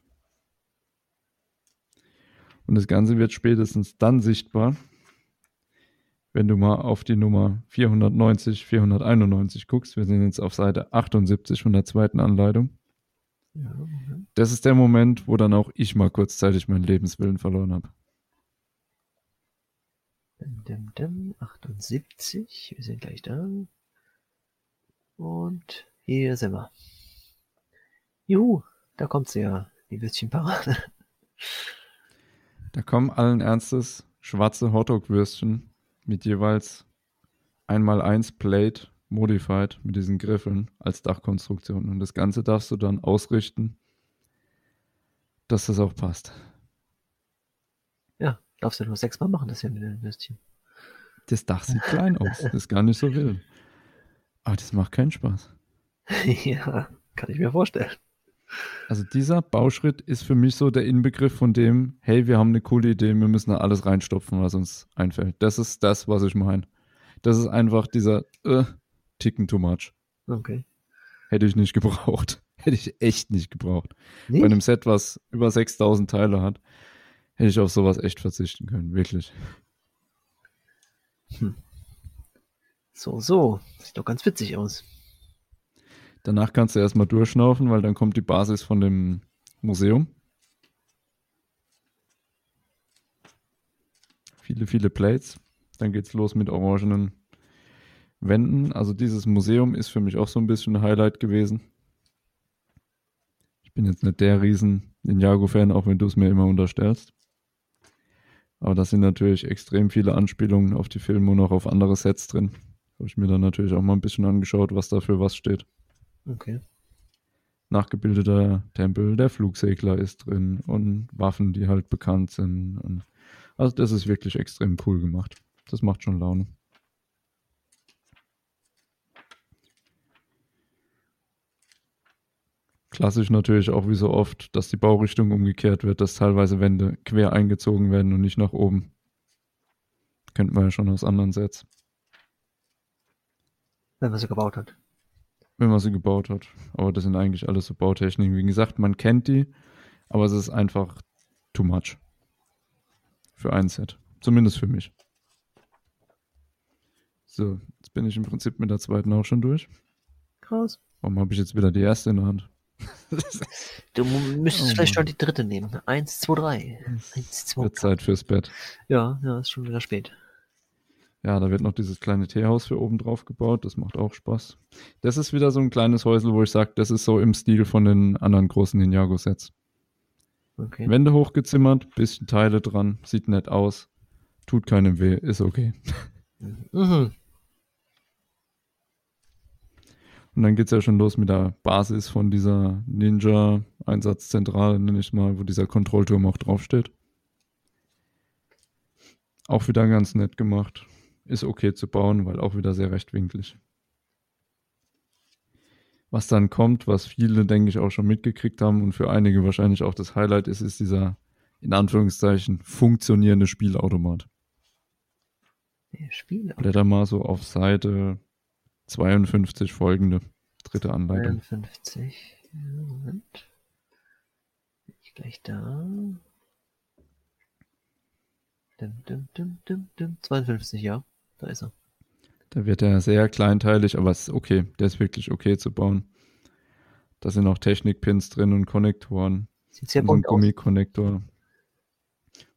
Und das Ganze wird spätestens dann sichtbar, wenn du mal auf die Nummer 490, 491 guckst. Wir sind jetzt auf Seite 78 von der zweiten Anleitung.
Ja, mhm.
Das ist der Moment, wo dann auch ich mal kurzzeitig meinen Lebenswillen verloren habe.
Dim, dim, dim. 78. Wir sind gleich da. Und hier sind wir. Juhu, da kommt sie ja. Die Würstchenparade.
Da kommen allen Ernstes schwarze Hotdog-Würstchen mit jeweils einmal eins Plate modified mit diesen Griffeln als Dachkonstruktion. Und das Ganze darfst du dann ausrichten, dass das auch passt.
Ja, darfst du nur sechsmal machen, das hier mit den Würstchen.
Das Dach sieht klein aus, das ist gar nicht so wild. Aber das macht keinen Spaß.
ja, kann ich mir vorstellen.
Also dieser Bauschritt ist für mich so der Inbegriff von dem, hey, wir haben eine coole Idee, wir müssen da alles reinstopfen, was uns einfällt. Das ist das, was ich meine. Das ist einfach dieser äh, Ticken too much.
Okay.
Hätte ich nicht gebraucht. Hätte ich echt nicht gebraucht.
Nicht?
Bei einem Set, was über 6000 Teile hat, hätte ich auf sowas echt verzichten können. Wirklich.
So, so. Sieht doch ganz witzig aus.
Danach kannst du erstmal durchschnaufen, weil dann kommt die Basis von dem Museum. Viele, viele Plates. Dann geht's los mit orangenen Wänden. Also dieses Museum ist für mich auch so ein bisschen ein Highlight gewesen. Ich bin jetzt nicht der riesen Ninjago-Fan, auch wenn du es mir immer unterstellst. Aber das sind natürlich extrem viele Anspielungen auf die Filme und auch auf andere Sets drin. Habe ich mir dann natürlich auch mal ein bisschen angeschaut, was da für was steht
Okay.
nachgebildeter Tempel der Flugsegler ist drin und Waffen, die halt bekannt sind. Und also das ist wirklich extrem cool gemacht. Das macht schon Laune. Klassisch natürlich auch wie so oft, dass die Baurichtung umgekehrt wird, dass teilweise Wände quer eingezogen werden und nicht nach oben. Kennt man ja schon aus anderen Sets,
Wenn man sie gebaut hat.
wenn man sie gebaut hat. Aber das sind eigentlich alles so Bautechniken. Wie gesagt, man kennt die, aber es ist einfach too much. Für ein Set. Zumindest für mich. So, jetzt bin ich im Prinzip mit der zweiten auch schon durch.
Krass.
Warum habe ich jetzt wieder die erste in der Hand?
Du mu- müsstest
Oh
vielleicht
Mann.
schon die dritte nehmen. Eins, zwei, drei. Eins,
Es
zwei.
wird Zeit fürs Bett.
Ja, ja, ist schon wieder spät.
Ja, da wird noch dieses kleine Teehaus für oben drauf gebaut. Das macht auch Spaß. Das ist wieder so ein kleines Häusel, wo ich sage, das ist so im Stil von den anderen großen Ninjago-Sets.
Okay.
Wände hochgezimmert, bisschen Teile dran, sieht nett aus, tut keinem weh, ist okay.
Mhm.
Und dann geht's ja schon los mit der Basis von dieser Ninja-Einsatzzentrale, nenne ich mal, wo dieser Kontrollturm auch draufsteht. Auch wieder ganz nett gemacht. Ist okay zu bauen, weil auch wieder sehr rechtwinklig. Was dann kommt, was viele, denke ich, auch schon mitgekriegt haben und für einige wahrscheinlich auch das Highlight ist, ist dieser, in Anführungszeichen, funktionierende Spielautomat.
Der Spieler.
Blätter mal so auf Seite 52 folgende. Dritte Anleitung.
53. Ja, Moment. Bin ich gleich da? Dim, dim, dim, dim, dim. 52, ja. Da ist er.
Da wird er sehr kleinteilig, aber es ist okay. Der ist wirklich okay zu bauen. Da sind auch Technikpins drin und Konnektoren.
Sieht sehr
Und so ein
bunt aus.
Gummikonnektor.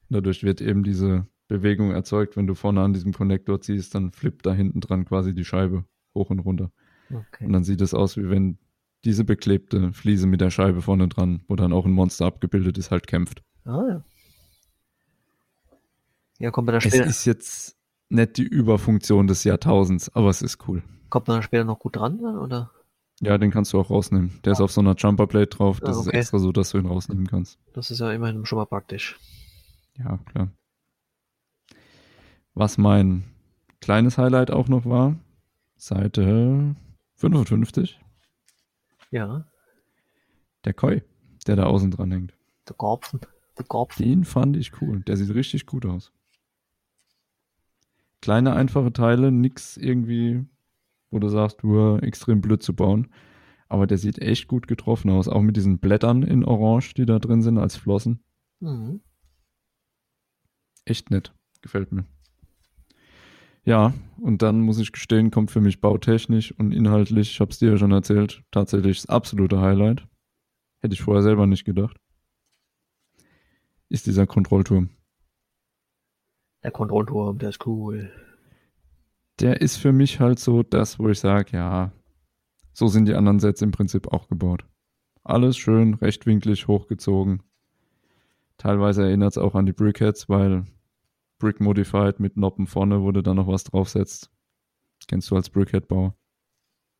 Dadurch wird eben diese Bewegung erzeugt, wenn du vorne an diesem Konnektor ziehst, dann flippt da hinten dran quasi die Scheibe hoch und runter.
Okay.
Und dann sieht es aus, wie wenn diese beklebte Fliese mit der Scheibe vorne dran, wo dann auch ein Monster abgebildet ist, halt kämpft.
Ah, ja. Ja, kommt man da
Es
später,
ist jetzt nicht die Überfunktion des Jahrtausends, aber es ist cool.
kommt man da später noch gut dran, dann, oder?
Ja, den kannst du auch rausnehmen. Der ist auf so einer Jumperplate drauf. Das
Ah,
ist
okay.
extra so, dass du ihn rausnehmen kannst.
Das ist ja immerhin schon mal praktisch.
Ja, klar. Was mein kleines Highlight auch noch war, Seite 55,
Ja,
der Koi, der da außen dran hängt.
der Korpfen. Der Korpfen.
Den fand ich cool. Der sieht richtig gut aus. Kleine, einfache Teile, nix irgendwie, wo du sagst, du extrem blöd zu bauen. Aber der sieht echt gut getroffen aus. Auch mit diesen Blättern in Orange, die da drin sind als Flossen.
Mhm.
Echt nett. Gefällt mir. Ja, und dann muss ich gestehen, kommt für mich bautechnisch und inhaltlich, ich hab's dir ja schon erzählt, tatsächlich das absolute Highlight. Hätte ich vorher selber nicht gedacht. Ist dieser Kontrollturm.
Der Kontrollturm, der ist cool.
der ist für mich halt so das, wo ich sage, ja, so sind die anderen Sets im Prinzip auch gebaut. Alles schön rechtwinklig hochgezogen. Teilweise erinnert es auch an die Brickheads, weil Brick Modified mit Noppen vorne, wo du dann noch was draufsetzt. Kennst du als Brickhead-Bauer.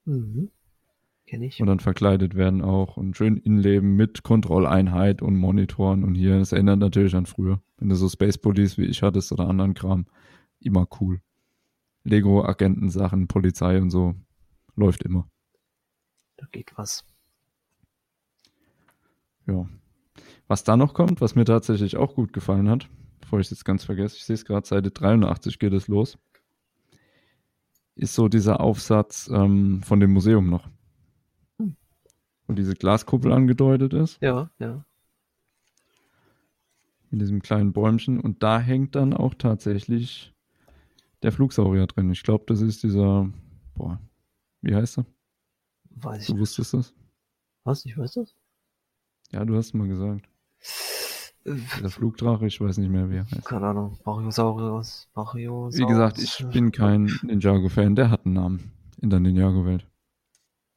Mhm. Kenn ich.
Und dann verkleidet werden auch und schön inleben mit Kontrolleinheit und Monitoren und hier. Das erinnert natürlich an früher. Wenn du so Space Police wie ich hattest oder anderen Kram, immer cool. Lego, Agentensachen, Polizei und so. Läuft immer.
Da geht was.
Ja. Was da noch kommt, was mir tatsächlich auch gut gefallen hat, bevor ich es jetzt ganz vergesse, ich sehe es gerade, Seite 83 geht es los, ist so dieser Aufsatz ähm, von dem Museum noch.
Hm.
Wo diese Glaskuppel angedeutet ist.
Ja, ja.
in diesem kleinen Bäumchen und da hängt dann auch tatsächlich der Flugsaurier drin. Ich glaube, das ist dieser, boah, wie heißt er?
Weiß ich.
Du wusstest das?
Was? Ich weiß das?
Ja, du hast mal gesagt. Der Flugdrache, ich weiß nicht mehr, wie er heißt.
Keine Ahnung. Brachiosaurus. Brachiosaurus.
Wie gesagt, ich bin kein Ninjago-Fan, der hat einen Namen in der Ninjago-Welt.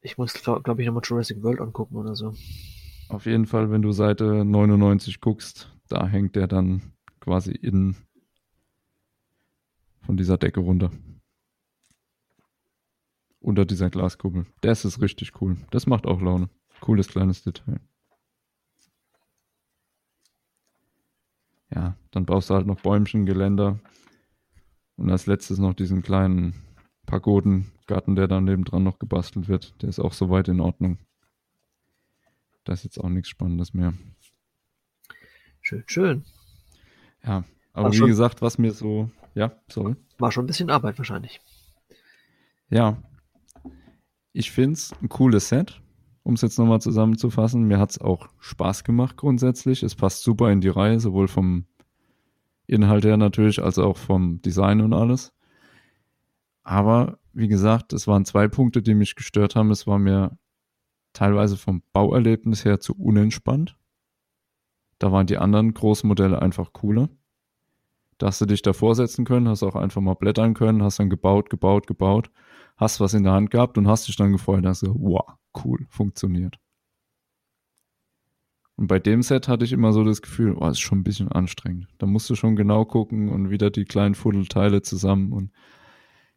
Ich muss, glaube glaub ich, nochmal Jurassic World angucken oder so.
Auf jeden Fall, wenn du Seite 99 guckst, da hängt der dann quasi in von dieser Decke runter. Unter dieser Glaskuppel. Das ist richtig cool. Das macht auch Laune. Cooles kleines Detail. Ja, dann brauchst du halt noch Bäumchen, Geländer und als letztes noch diesen kleinen Pagodengarten, der dann nebendran noch gebastelt wird. Der ist auch soweit in Ordnung. Da ist jetzt auch nichts Spannendes mehr.
Schön, schön.
Ja, aber
War
wie
schon-
gesagt, was mir so, ja, sorry.
War schon ein bisschen Arbeit wahrscheinlich.
Ja, ich find's ein cooles Set, um es jetzt nochmal zusammenzufassen. Mir hat's auch Spaß gemacht grundsätzlich. Es passt super in die Reihe, sowohl vom Inhalt her natürlich, als auch vom Design und alles. Aber wie gesagt, es waren zwei Punkte, die mich gestört haben. Es war mir teilweise vom Bauerlebnis her zu unentspannt. Da waren die anderen Großmodelle einfach cooler. Da hast du dich davor setzen können, hast auch einfach mal blättern können, hast dann gebaut, gebaut, gebaut, hast was in der Hand gehabt und hast dich dann gefreut, hast gesagt, wow, cool, funktioniert. Und bei dem Set hatte ich immer so das Gefühl, oh, ist schon ein bisschen anstrengend. Da musst du schon genau gucken und wieder die kleinen Fuddelteile zusammen und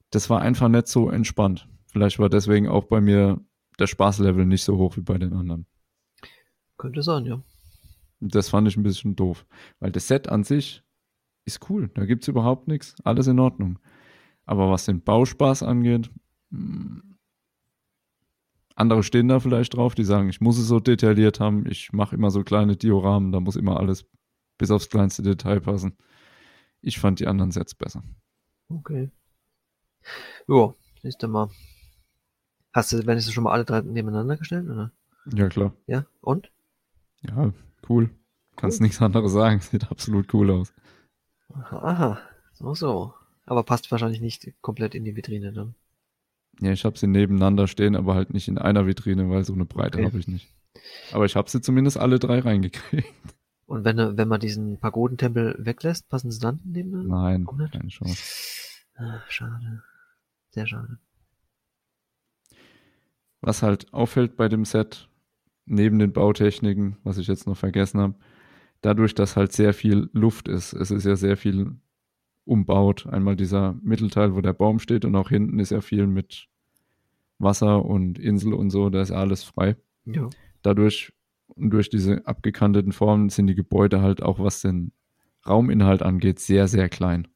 das war einfach nicht so entspannt. Vielleicht war deswegen auch bei mir der Spaßlevel nicht so hoch wie bei den anderen.
Könnte sein, ja.
Das fand ich ein bisschen doof, weil das Set an sich ist cool. Da gibt's überhaupt nichts. Alles in Ordnung. Aber was den Bauspaß angeht, mh, andere stehen da vielleicht drauf, die sagen, ich muss es so detailliert haben. Ich mache immer so kleine Dioramen. Da muss immer alles bis aufs kleinste Detail passen. Ich fand die anderen Sets besser.
Okay. Ja, siehst du mal. Hast du, wenn du schon mal alle drei nebeneinander gestellt, oder?
Ja, klar.
Ja, und?
Ja, cool. Kannst nichts anderes sagen. Sieht absolut cool aus.
Aha, aha. so, so. Aber passt wahrscheinlich nicht komplett in die Vitrine dann.
Ja, ich habe sie nebeneinander stehen, aber halt nicht in einer Vitrine, weil so eine Breite
Okay.
habe ich nicht. Aber ich habe sie zumindest alle drei reingekriegt.
Und wenn, er- wenn man diesen Pagodentempel weglässt, passen sie dann neben?
Nein,
Warum nicht?
keine Chance.
Ah, schade. Sehr schade.
Was halt auffällt bei dem Set, neben den Bautechniken, was ich jetzt noch vergessen habe, dadurch, dass halt sehr viel Luft ist. Es ist ja sehr viel umbaut. Einmal dieser Mittelteil, wo der Baum steht und auch hinten ist ja viel mit Wasser und Insel und so, da ist alles frei.
Ja.
dadurch und durch diese abgekanteten Formen sind die Gebäude halt auch, was den Rauminhalt angeht, sehr, sehr klein.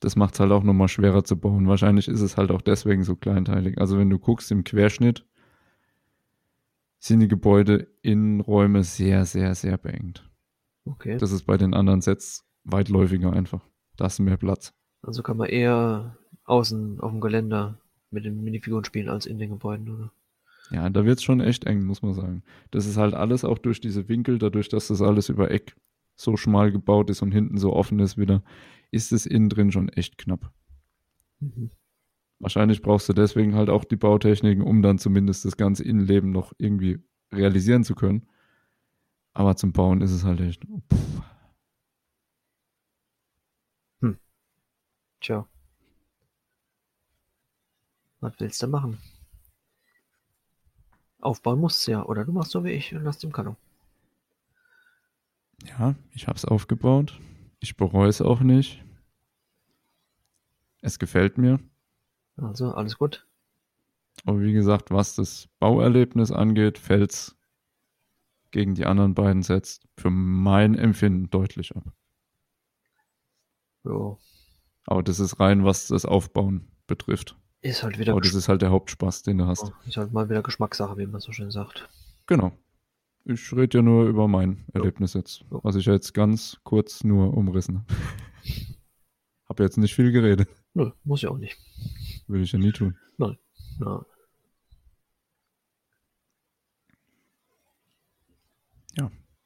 Das macht es halt auch nochmal schwerer zu bauen. Wahrscheinlich ist es halt auch deswegen so kleinteilig. Also wenn du guckst im Querschnitt, sind die Gebäude Innenräume sehr, sehr, sehr beengt.
Okay.
Das ist bei den anderen Sets weitläufiger einfach. Da ist mehr Platz.
Also kann man eher außen auf dem Geländer mit den Minifiguren spielen als in den Gebäuden, oder?
Ja, da wird's schon echt eng, muss man sagen. Das ist halt alles auch durch diese Winkel, dadurch, dass das alles über Eck so schmal gebaut ist und hinten so offen ist wieder, ist es innen drin schon echt knapp.
Mhm.
Wahrscheinlich brauchst du deswegen halt auch die Bautechniken, um dann zumindest das ganze Innenleben noch irgendwie realisieren zu können. Aber zum Bauen ist es halt echt. Pff,
Tja. Was willst du machen? Aufbauen musst du ja, oder du machst so wie ich und hast im Kanon.
ja, ich hab's aufgebaut. Ich bereue es auch nicht. Es gefällt mir.
Also, alles gut.
Aber wie gesagt, was das Bauerlebnis angeht, fällt's gegen die anderen beiden Sets für mein Empfinden deutlich ab.
Jo.
Aber das ist rein, was das Aufbauen betrifft.
Ist halt wieder
Aber das ist halt der Hauptspaß, den du hast.
Geschmack- ist halt mal wieder Geschmackssache, wie man so schön sagt.
Genau. Ich rede ja nur über mein Erlebnis jetzt,
Ja.
was ich ja jetzt ganz kurz nur umrissen habe. Hab jetzt nicht viel geredet,
Nö, muss ja auch nicht.
will ich ja nie tun.
Na,
Ja.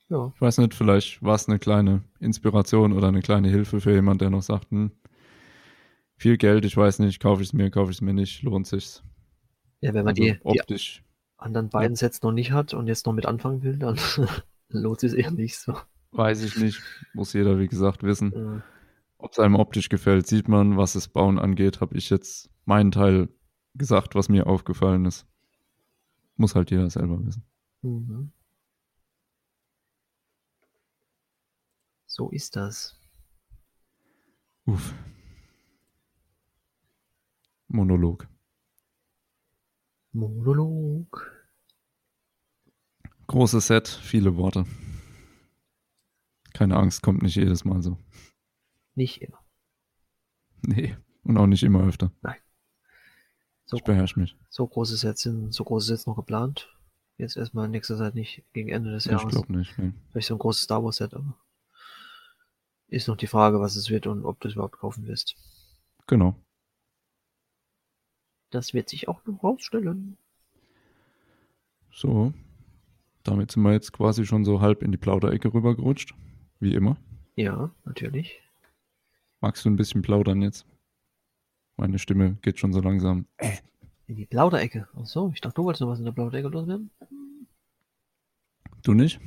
Ja,
Ich weiß nicht, vielleicht war es eine kleine Inspiration oder eine kleine Hilfe für jemand, der noch sagt, hm, viel Geld, ich weiß nicht, kaufe ich es mir, kaufe ich es mir nicht, lohnt sich's.
ja wenn man
Also
die, die
optisch.
anderen beiden Sets noch nicht hat und jetzt noch mit anfangen will, dann lohnt es eher nicht so.
Weiß ich nicht. Muss jeder, wie gesagt, wissen.
Äh,
Ob es einem optisch gefällt, sieht man. Was das Bauen angeht, habe ich jetzt meinen Teil gesagt, was mir aufgefallen ist. Muss halt jeder selber wissen.
Mhm. So ist das.
Uff. Monolog.
Monolog.
Großes Set, viele Worte. Keine Angst, kommt nicht jedes Mal so.
Nicht immer.
Nee, und auch nicht immer öfter.
So,
Ich beherrsche mich.
so groß ist jetzt, so groß ist jetzt noch geplant. Jetzt erstmal nächste Zeit nicht gegen Ende des
ich
Jahres.
glaube nicht. Nee.
Vielleicht so ein großes Star Wars Set, aber ist noch die Frage, was es wird und ob du es überhaupt kaufen wirst.
Genau.
Das wird sich auch noch rausstellen.
So. Damit sind wir jetzt quasi schon so halb in die Plauderecke rübergerutscht. Wie immer.
Ja, natürlich.
Magst du ein bisschen plaudern jetzt? Meine Stimme geht schon so langsam.
In die Plauderecke. Ach so, ich dachte, du wolltest noch was in der Plauderecke loswerden.
Du nicht?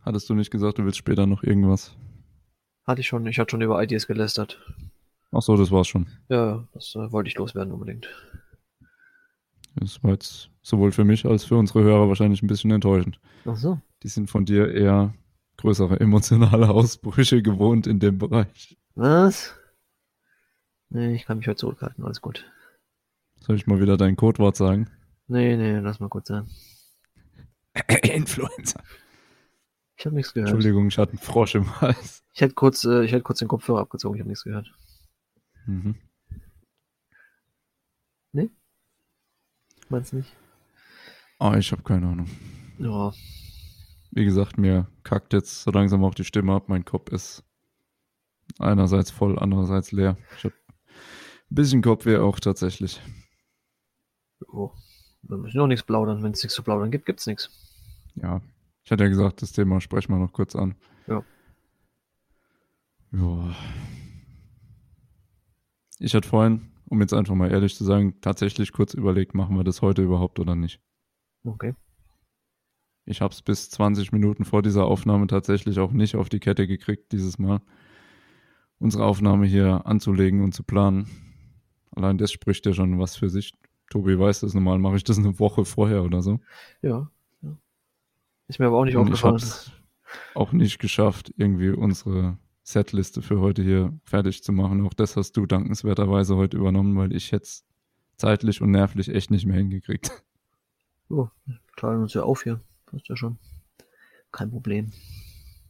Hattest du nicht gesagt, du willst später noch irgendwas?
Hatte ich schon, ich hatte schon über Ideas gelästert.
Ach so, das war's schon.
Ja, ja, das äh, wollte ich loswerden unbedingt.
Das war jetzt sowohl für mich als für unsere Hörer wahrscheinlich ein bisschen enttäuschend.
Ach so.
Die sind von dir eher größere emotionale Ausbrüche gewohnt in dem Bereich.
Was? Nee, ich kann mich heute zurückhalten, alles gut.
Soll ich mal wieder dein Codewort sagen?
Nee, nee, lass mal kurz sein.
Influencer.
Ich habe nichts gehört.
Entschuldigung, ich hatte einen Frosch im Hals.
Ich hätte kurz, äh, ich hätte kurz den Kopfhörer abgezogen, ich habe nichts gehört.
Mhm.
Meinst du nicht?
Ah, ich habe keine Ahnung.
Ja,
Wie gesagt, mir kackt jetzt so langsam auch die Stimme ab. Mein Kopf ist einerseits voll, andererseits leer. Ich habe ein bisschen Kopfweh auch tatsächlich.
jo. Wir müssen auch nichts plaudern. Wenn es nichts zu plaudern gibt, gibt's nichts.
Ja, ich hatte ja gesagt, das Thema sprechen wir noch kurz an.
Ja.
Ja. Ich hatte vorhin, um jetzt einfach mal ehrlich zu sagen, tatsächlich kurz überlegt, machen wir das heute überhaupt oder nicht.
Okay.
Ich habe es bis 20 Minuten vor dieser Aufnahme tatsächlich auch nicht auf die Kette gekriegt, dieses Mal unsere Aufnahme hier anzulegen und zu planen. Allein das spricht ja schon was für sich. Tobi weiß das normal, mache ich das eine Woche vorher oder so.
Ja. ja. Ist mir aber auch nicht
Und ich
aufgefallen.
hab's auch nicht geschafft, irgendwie unsere Setliste für heute hier fertig zu machen. Auch das hast du dankenswerterweise heute übernommen, weil ich jetzt zeitlich und nervlich echt nicht mehr hingekriegt.
Oh, wir teilen uns ja auf hier. Passt ja schon. Kein Problem.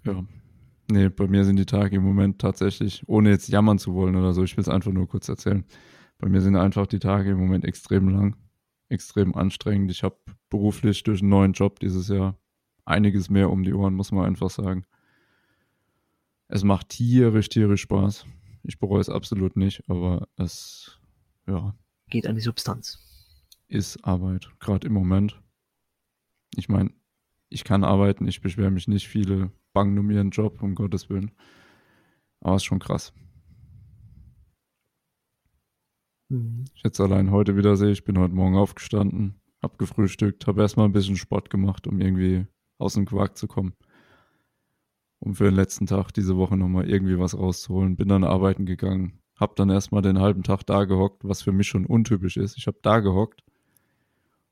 Ja. Nee, bei mir sind die Tage im Moment tatsächlich, ohne jetzt jammern zu wollen oder so, ich will es einfach nur kurz erzählen. Bei mir sind einfach die Tage im Moment extrem lang, extrem anstrengend. Ich habe beruflich durch einen neuen Job dieses Jahr einiges mehr um die Ohren, muss man einfach sagen. Es macht tierisch, tierisch Spaß. Ich bereue es absolut nicht, aber es, ja,
Geht an die Substanz.
ist Arbeit, gerade im Moment. Ich meine, ich kann arbeiten, ich beschwere mich nicht. Viele bangen um ihren Job, um Gottes Willen. Aber ist schon krass.
Mhm.
Ich jetzt allein heute wieder sehe, ich bin heute Morgen aufgestanden, hab gefrühstückt, hab erstmal ein bisschen Sport gemacht, um irgendwie aus dem Quark zu kommen. Um für den letzten Tag diese Woche nochmal irgendwie was rauszuholen. Bin dann arbeiten gegangen, hab dann erstmal den halben Tag da gehockt, was für mich schon untypisch ist. Ich hab da gehockt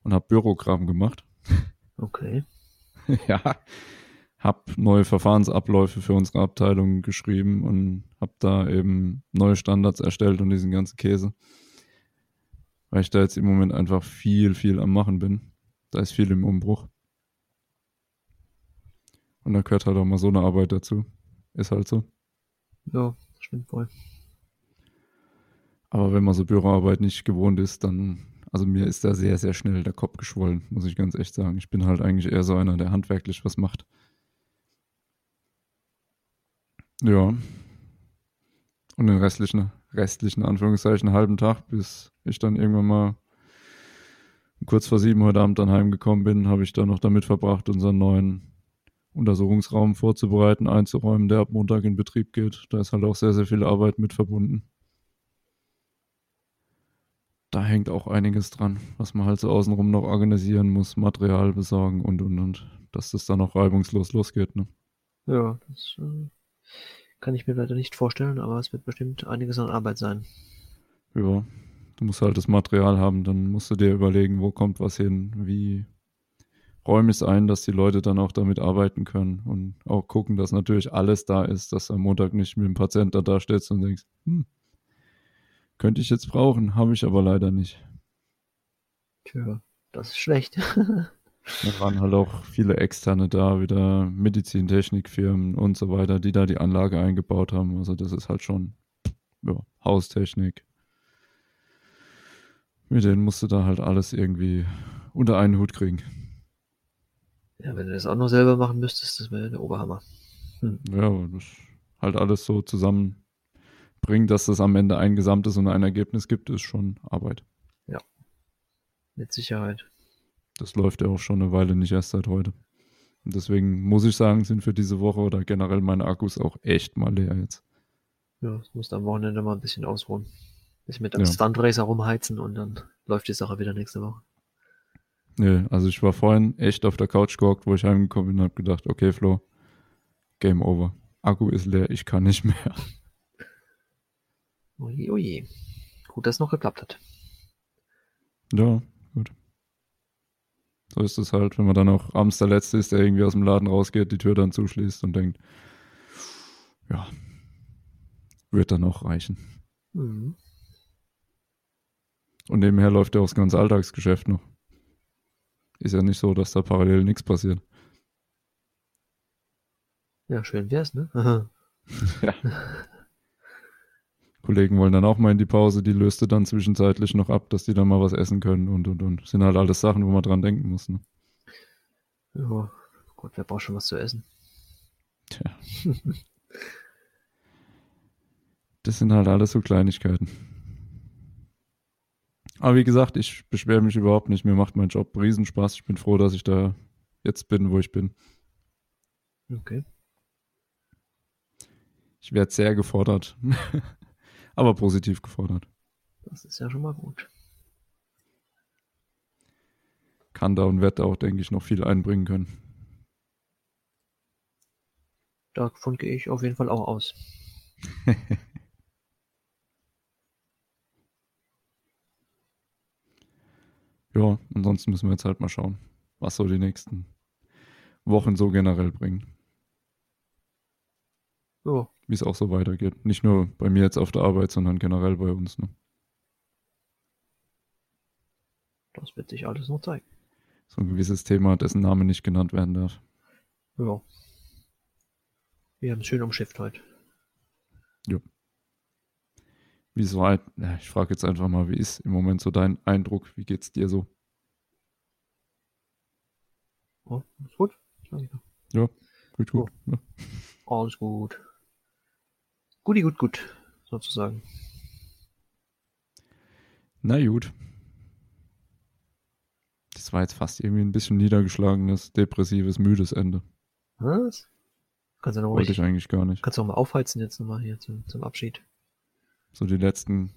und hab Bürokram gemacht.
Okay.
ja, habe neue Verfahrensabläufe für unsere Abteilung geschrieben und habe da eben neue Standards erstellt und diesen ganzen Käse, weil ich da jetzt im Moment einfach viel, viel am Machen bin. Da ist viel im Umbruch. Und da gehört halt auch mal so eine Arbeit dazu. Ist halt so.
Ja, stimmt wohl.
Aber wenn man so Büroarbeit nicht gewohnt ist, dann, also mir ist da sehr, sehr schnell der Kopf geschwollen, muss ich ganz echt sagen. Ich bin halt eigentlich eher so einer, der handwerklich was macht. Ja. Und den restlichen, restlichen Anführungszeichen halben Tag, bis ich dann irgendwann mal kurz vor sieben heute Abend dann heimgekommen bin, habe ich dann noch damit verbracht, unseren neuen Untersuchungsraum vorzubereiten, einzuräumen, der ab Montag in Betrieb geht. Da ist halt auch sehr, sehr viel Arbeit mit verbunden da hängt auch einiges dran, was man halt so außenrum noch organisieren muss, Material besorgen und und und, dass das dann auch reibungslos losgeht. Ne?
Ja, das äh, kann ich mir leider nicht vorstellen, aber es wird bestimmt einiges an Arbeit sein.
Ja, du musst halt das Material haben, dann musst du dir überlegen, wo kommt was hin, wie räume ich es ein, dass die Leute dann auch damit arbeiten können und auch gucken, dass natürlich alles da ist, dass du am Montag nicht mit dem Patient da dastehst und denkst, hm, könnte ich jetzt brauchen, habe ich aber leider nicht.
Tja, das ist schlecht.
Da waren halt auch viele Externe da, wieder Medizintechnikfirmen und so weiter, die da die Anlage eingebaut haben. Also das ist halt schon ja, Haustechnik. Mit denen musst du da halt alles irgendwie unter einen Hut kriegen.
ja, wenn du das auch noch selber machen müsstest, das wäre der Oberhammer.
Ja, und das halt alles so zusammenbringen, dass das am Ende ein Gesamtes und ein Ergebnis gibt, ist schon Arbeit.
Mit Sicherheit.
Das läuft ja auch schon eine Weile, nicht erst seit heute. Und deswegen muss ich sagen, sind für diese Woche oder generell meine Akkus auch echt mal leer jetzt.
Ja, das musst du am Wochenende mal ein bisschen ausruhen. Bisschen mit einem
Ja.
Stuntracer rumheizen und dann läuft die Sache wieder nächste Woche.
Nee, also ich war vorhin echt auf der Couch gehockt, wo ich heimgekommen bin und habe gedacht, okay, Flo, Game over. Akku ist leer, ich kann nicht mehr.
Oje, oje. Gut, dass es noch geklappt hat.
Ja, gut. So ist es halt, wenn man dann auch abends der Letzte ist, der irgendwie aus dem Laden rausgeht, die Tür dann zuschließt und denkt, ja, wird dann auch reichen.
Mhm.
Und nebenher läuft ja auch das ganze Alltagsgeschäft noch. Ist ja nicht so, dass da parallel nichts passiert.
Ja, schön wär's, ne?
Kollegen wollen dann auch mal in die Pause, die löste dann zwischenzeitlich noch ab, dass die dann mal was essen können und und und. Sind halt alles Sachen, wo man dran denken muss. Ne?
ja, gut, Oh wer braucht schon was zu essen?
Tja. das sind halt alles so Kleinigkeiten. Aber wie gesagt, ich beschwere mich überhaupt nicht. Mir macht mein Job Riesenspaß. Ich bin froh, dass ich da jetzt bin, wo ich bin.
Okay.
Ich werde sehr gefordert. Aber positiv gefordert.
Das ist ja schon mal gut.
Kann da und werde da auch, denke ich, noch viel einbringen können.
Davon gehe ich auf jeden Fall auch aus.
ja, ansonsten müssen wir jetzt halt mal schauen, was so die nächsten Wochen so generell bringen.
Ja,
Wie es auch so weitergeht. Nicht nur bei mir jetzt auf der Arbeit, sondern generell bei uns. Ne?
das wird sich alles noch zeigen.
So ein gewisses Thema, dessen Name nicht genannt werden darf.
Ja. Wir haben es schön umschifft heute.
Wie es war, ja, ich frage jetzt einfach mal, wie ist im Moment so dein Eindruck? Wie geht's dir so?
Ja, ist gut. Sag ich doch.
Gut, gut. ne?
Alles gut. Guti, gut, gut. Sozusagen.
Na gut. Das war jetzt fast irgendwie ein bisschen niedergeschlagenes, depressives, müdes Ende.
Was? Kannst du
Wollte
noch
Oh, ich
richtig,
eigentlich gar nicht.
kannst du noch mal aufheizen jetzt nochmal hier zum, zum Abschied.
So die letzten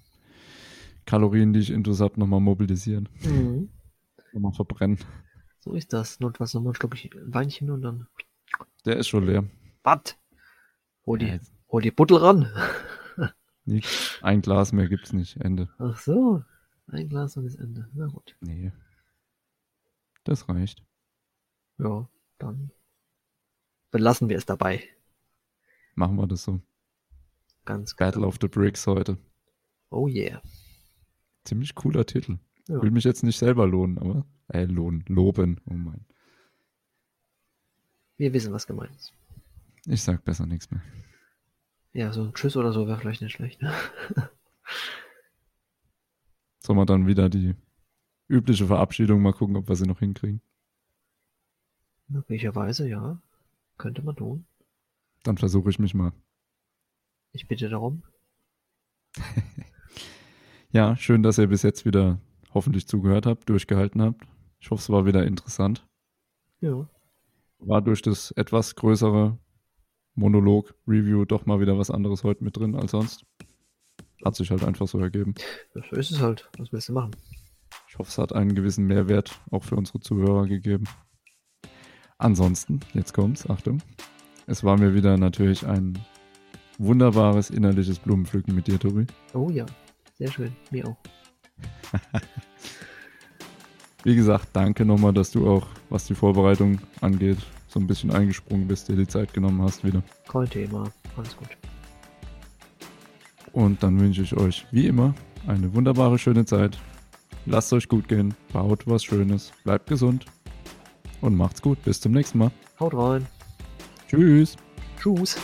Kalorien, die ich intusab nochmal mobilisieren,
Mhm.
nochmal verbrennen.
So ist das. Notfalls nochmal ein Schluck Weinchen und dann.
Der ist schon leer.
Bad! Hol die,
Ja, jetzt
hol die Buttel ran!
nix. Ein Glas mehr gibt's nicht. Ende.
Ach so. Ein Glas und das Ende. Na gut.
Nee. Das reicht.
Ja, dann belassen wir es dabei.
Machen wir das so.
Ganz klar.
Battle of the Bricks heute.
Oh yeah.
Ziemlich cooler Titel.
Ja.
Will mich jetzt nicht selber lohnen, aber. Äh, lohnen. Loben. Oh mein.
Wir wissen, was gemeint ist.
Ich sag besser nichts mehr.
Ja, so ein Tschüss oder so wäre vielleicht nicht schlecht. Ne?
Sollen wir dann wieder die übliche Verabschiedung mal gucken, ob wir sie noch hinkriegen?
Möglicherweise, ja. Könnte man tun.
Dann versuche ich mich mal.
Ich bitte darum.
Ja, schön, dass ihr bis jetzt wieder hoffentlich zugehört habt, durchgehalten habt. Ich hoffe, es war wieder interessant.
Ja.
War durch das etwas größere Monolog-Review doch mal wieder was anderes heute mit drin als sonst. Hat sich halt einfach so ergeben.
So ist es halt. Was willst du machen?
Ich hoffe, es hat einen gewissen Mehrwert auch für unsere Zuhörer gegeben. Ansonsten, jetzt kommt's, Achtung. Es war mir wieder natürlich ein wunderbares innerliches Blumenpflücken mit dir, Tobi.
Oh ja. Sehr schön. Mir auch.
Wie gesagt, danke nochmal, dass du auch, was die Vorbereitung angeht, so ein bisschen eingesprungen bist, dir die Zeit genommen hast wieder.
Kein Thema. Alles gut.
Und dann wünsche ich euch, wie immer, eine wunderbare, schöne Zeit. Lasst euch gut gehen, baut was Schönes, bleibt gesund und macht's gut. Bis zum nächsten Mal.
Haut rein.
Tschüss.
Tschüss.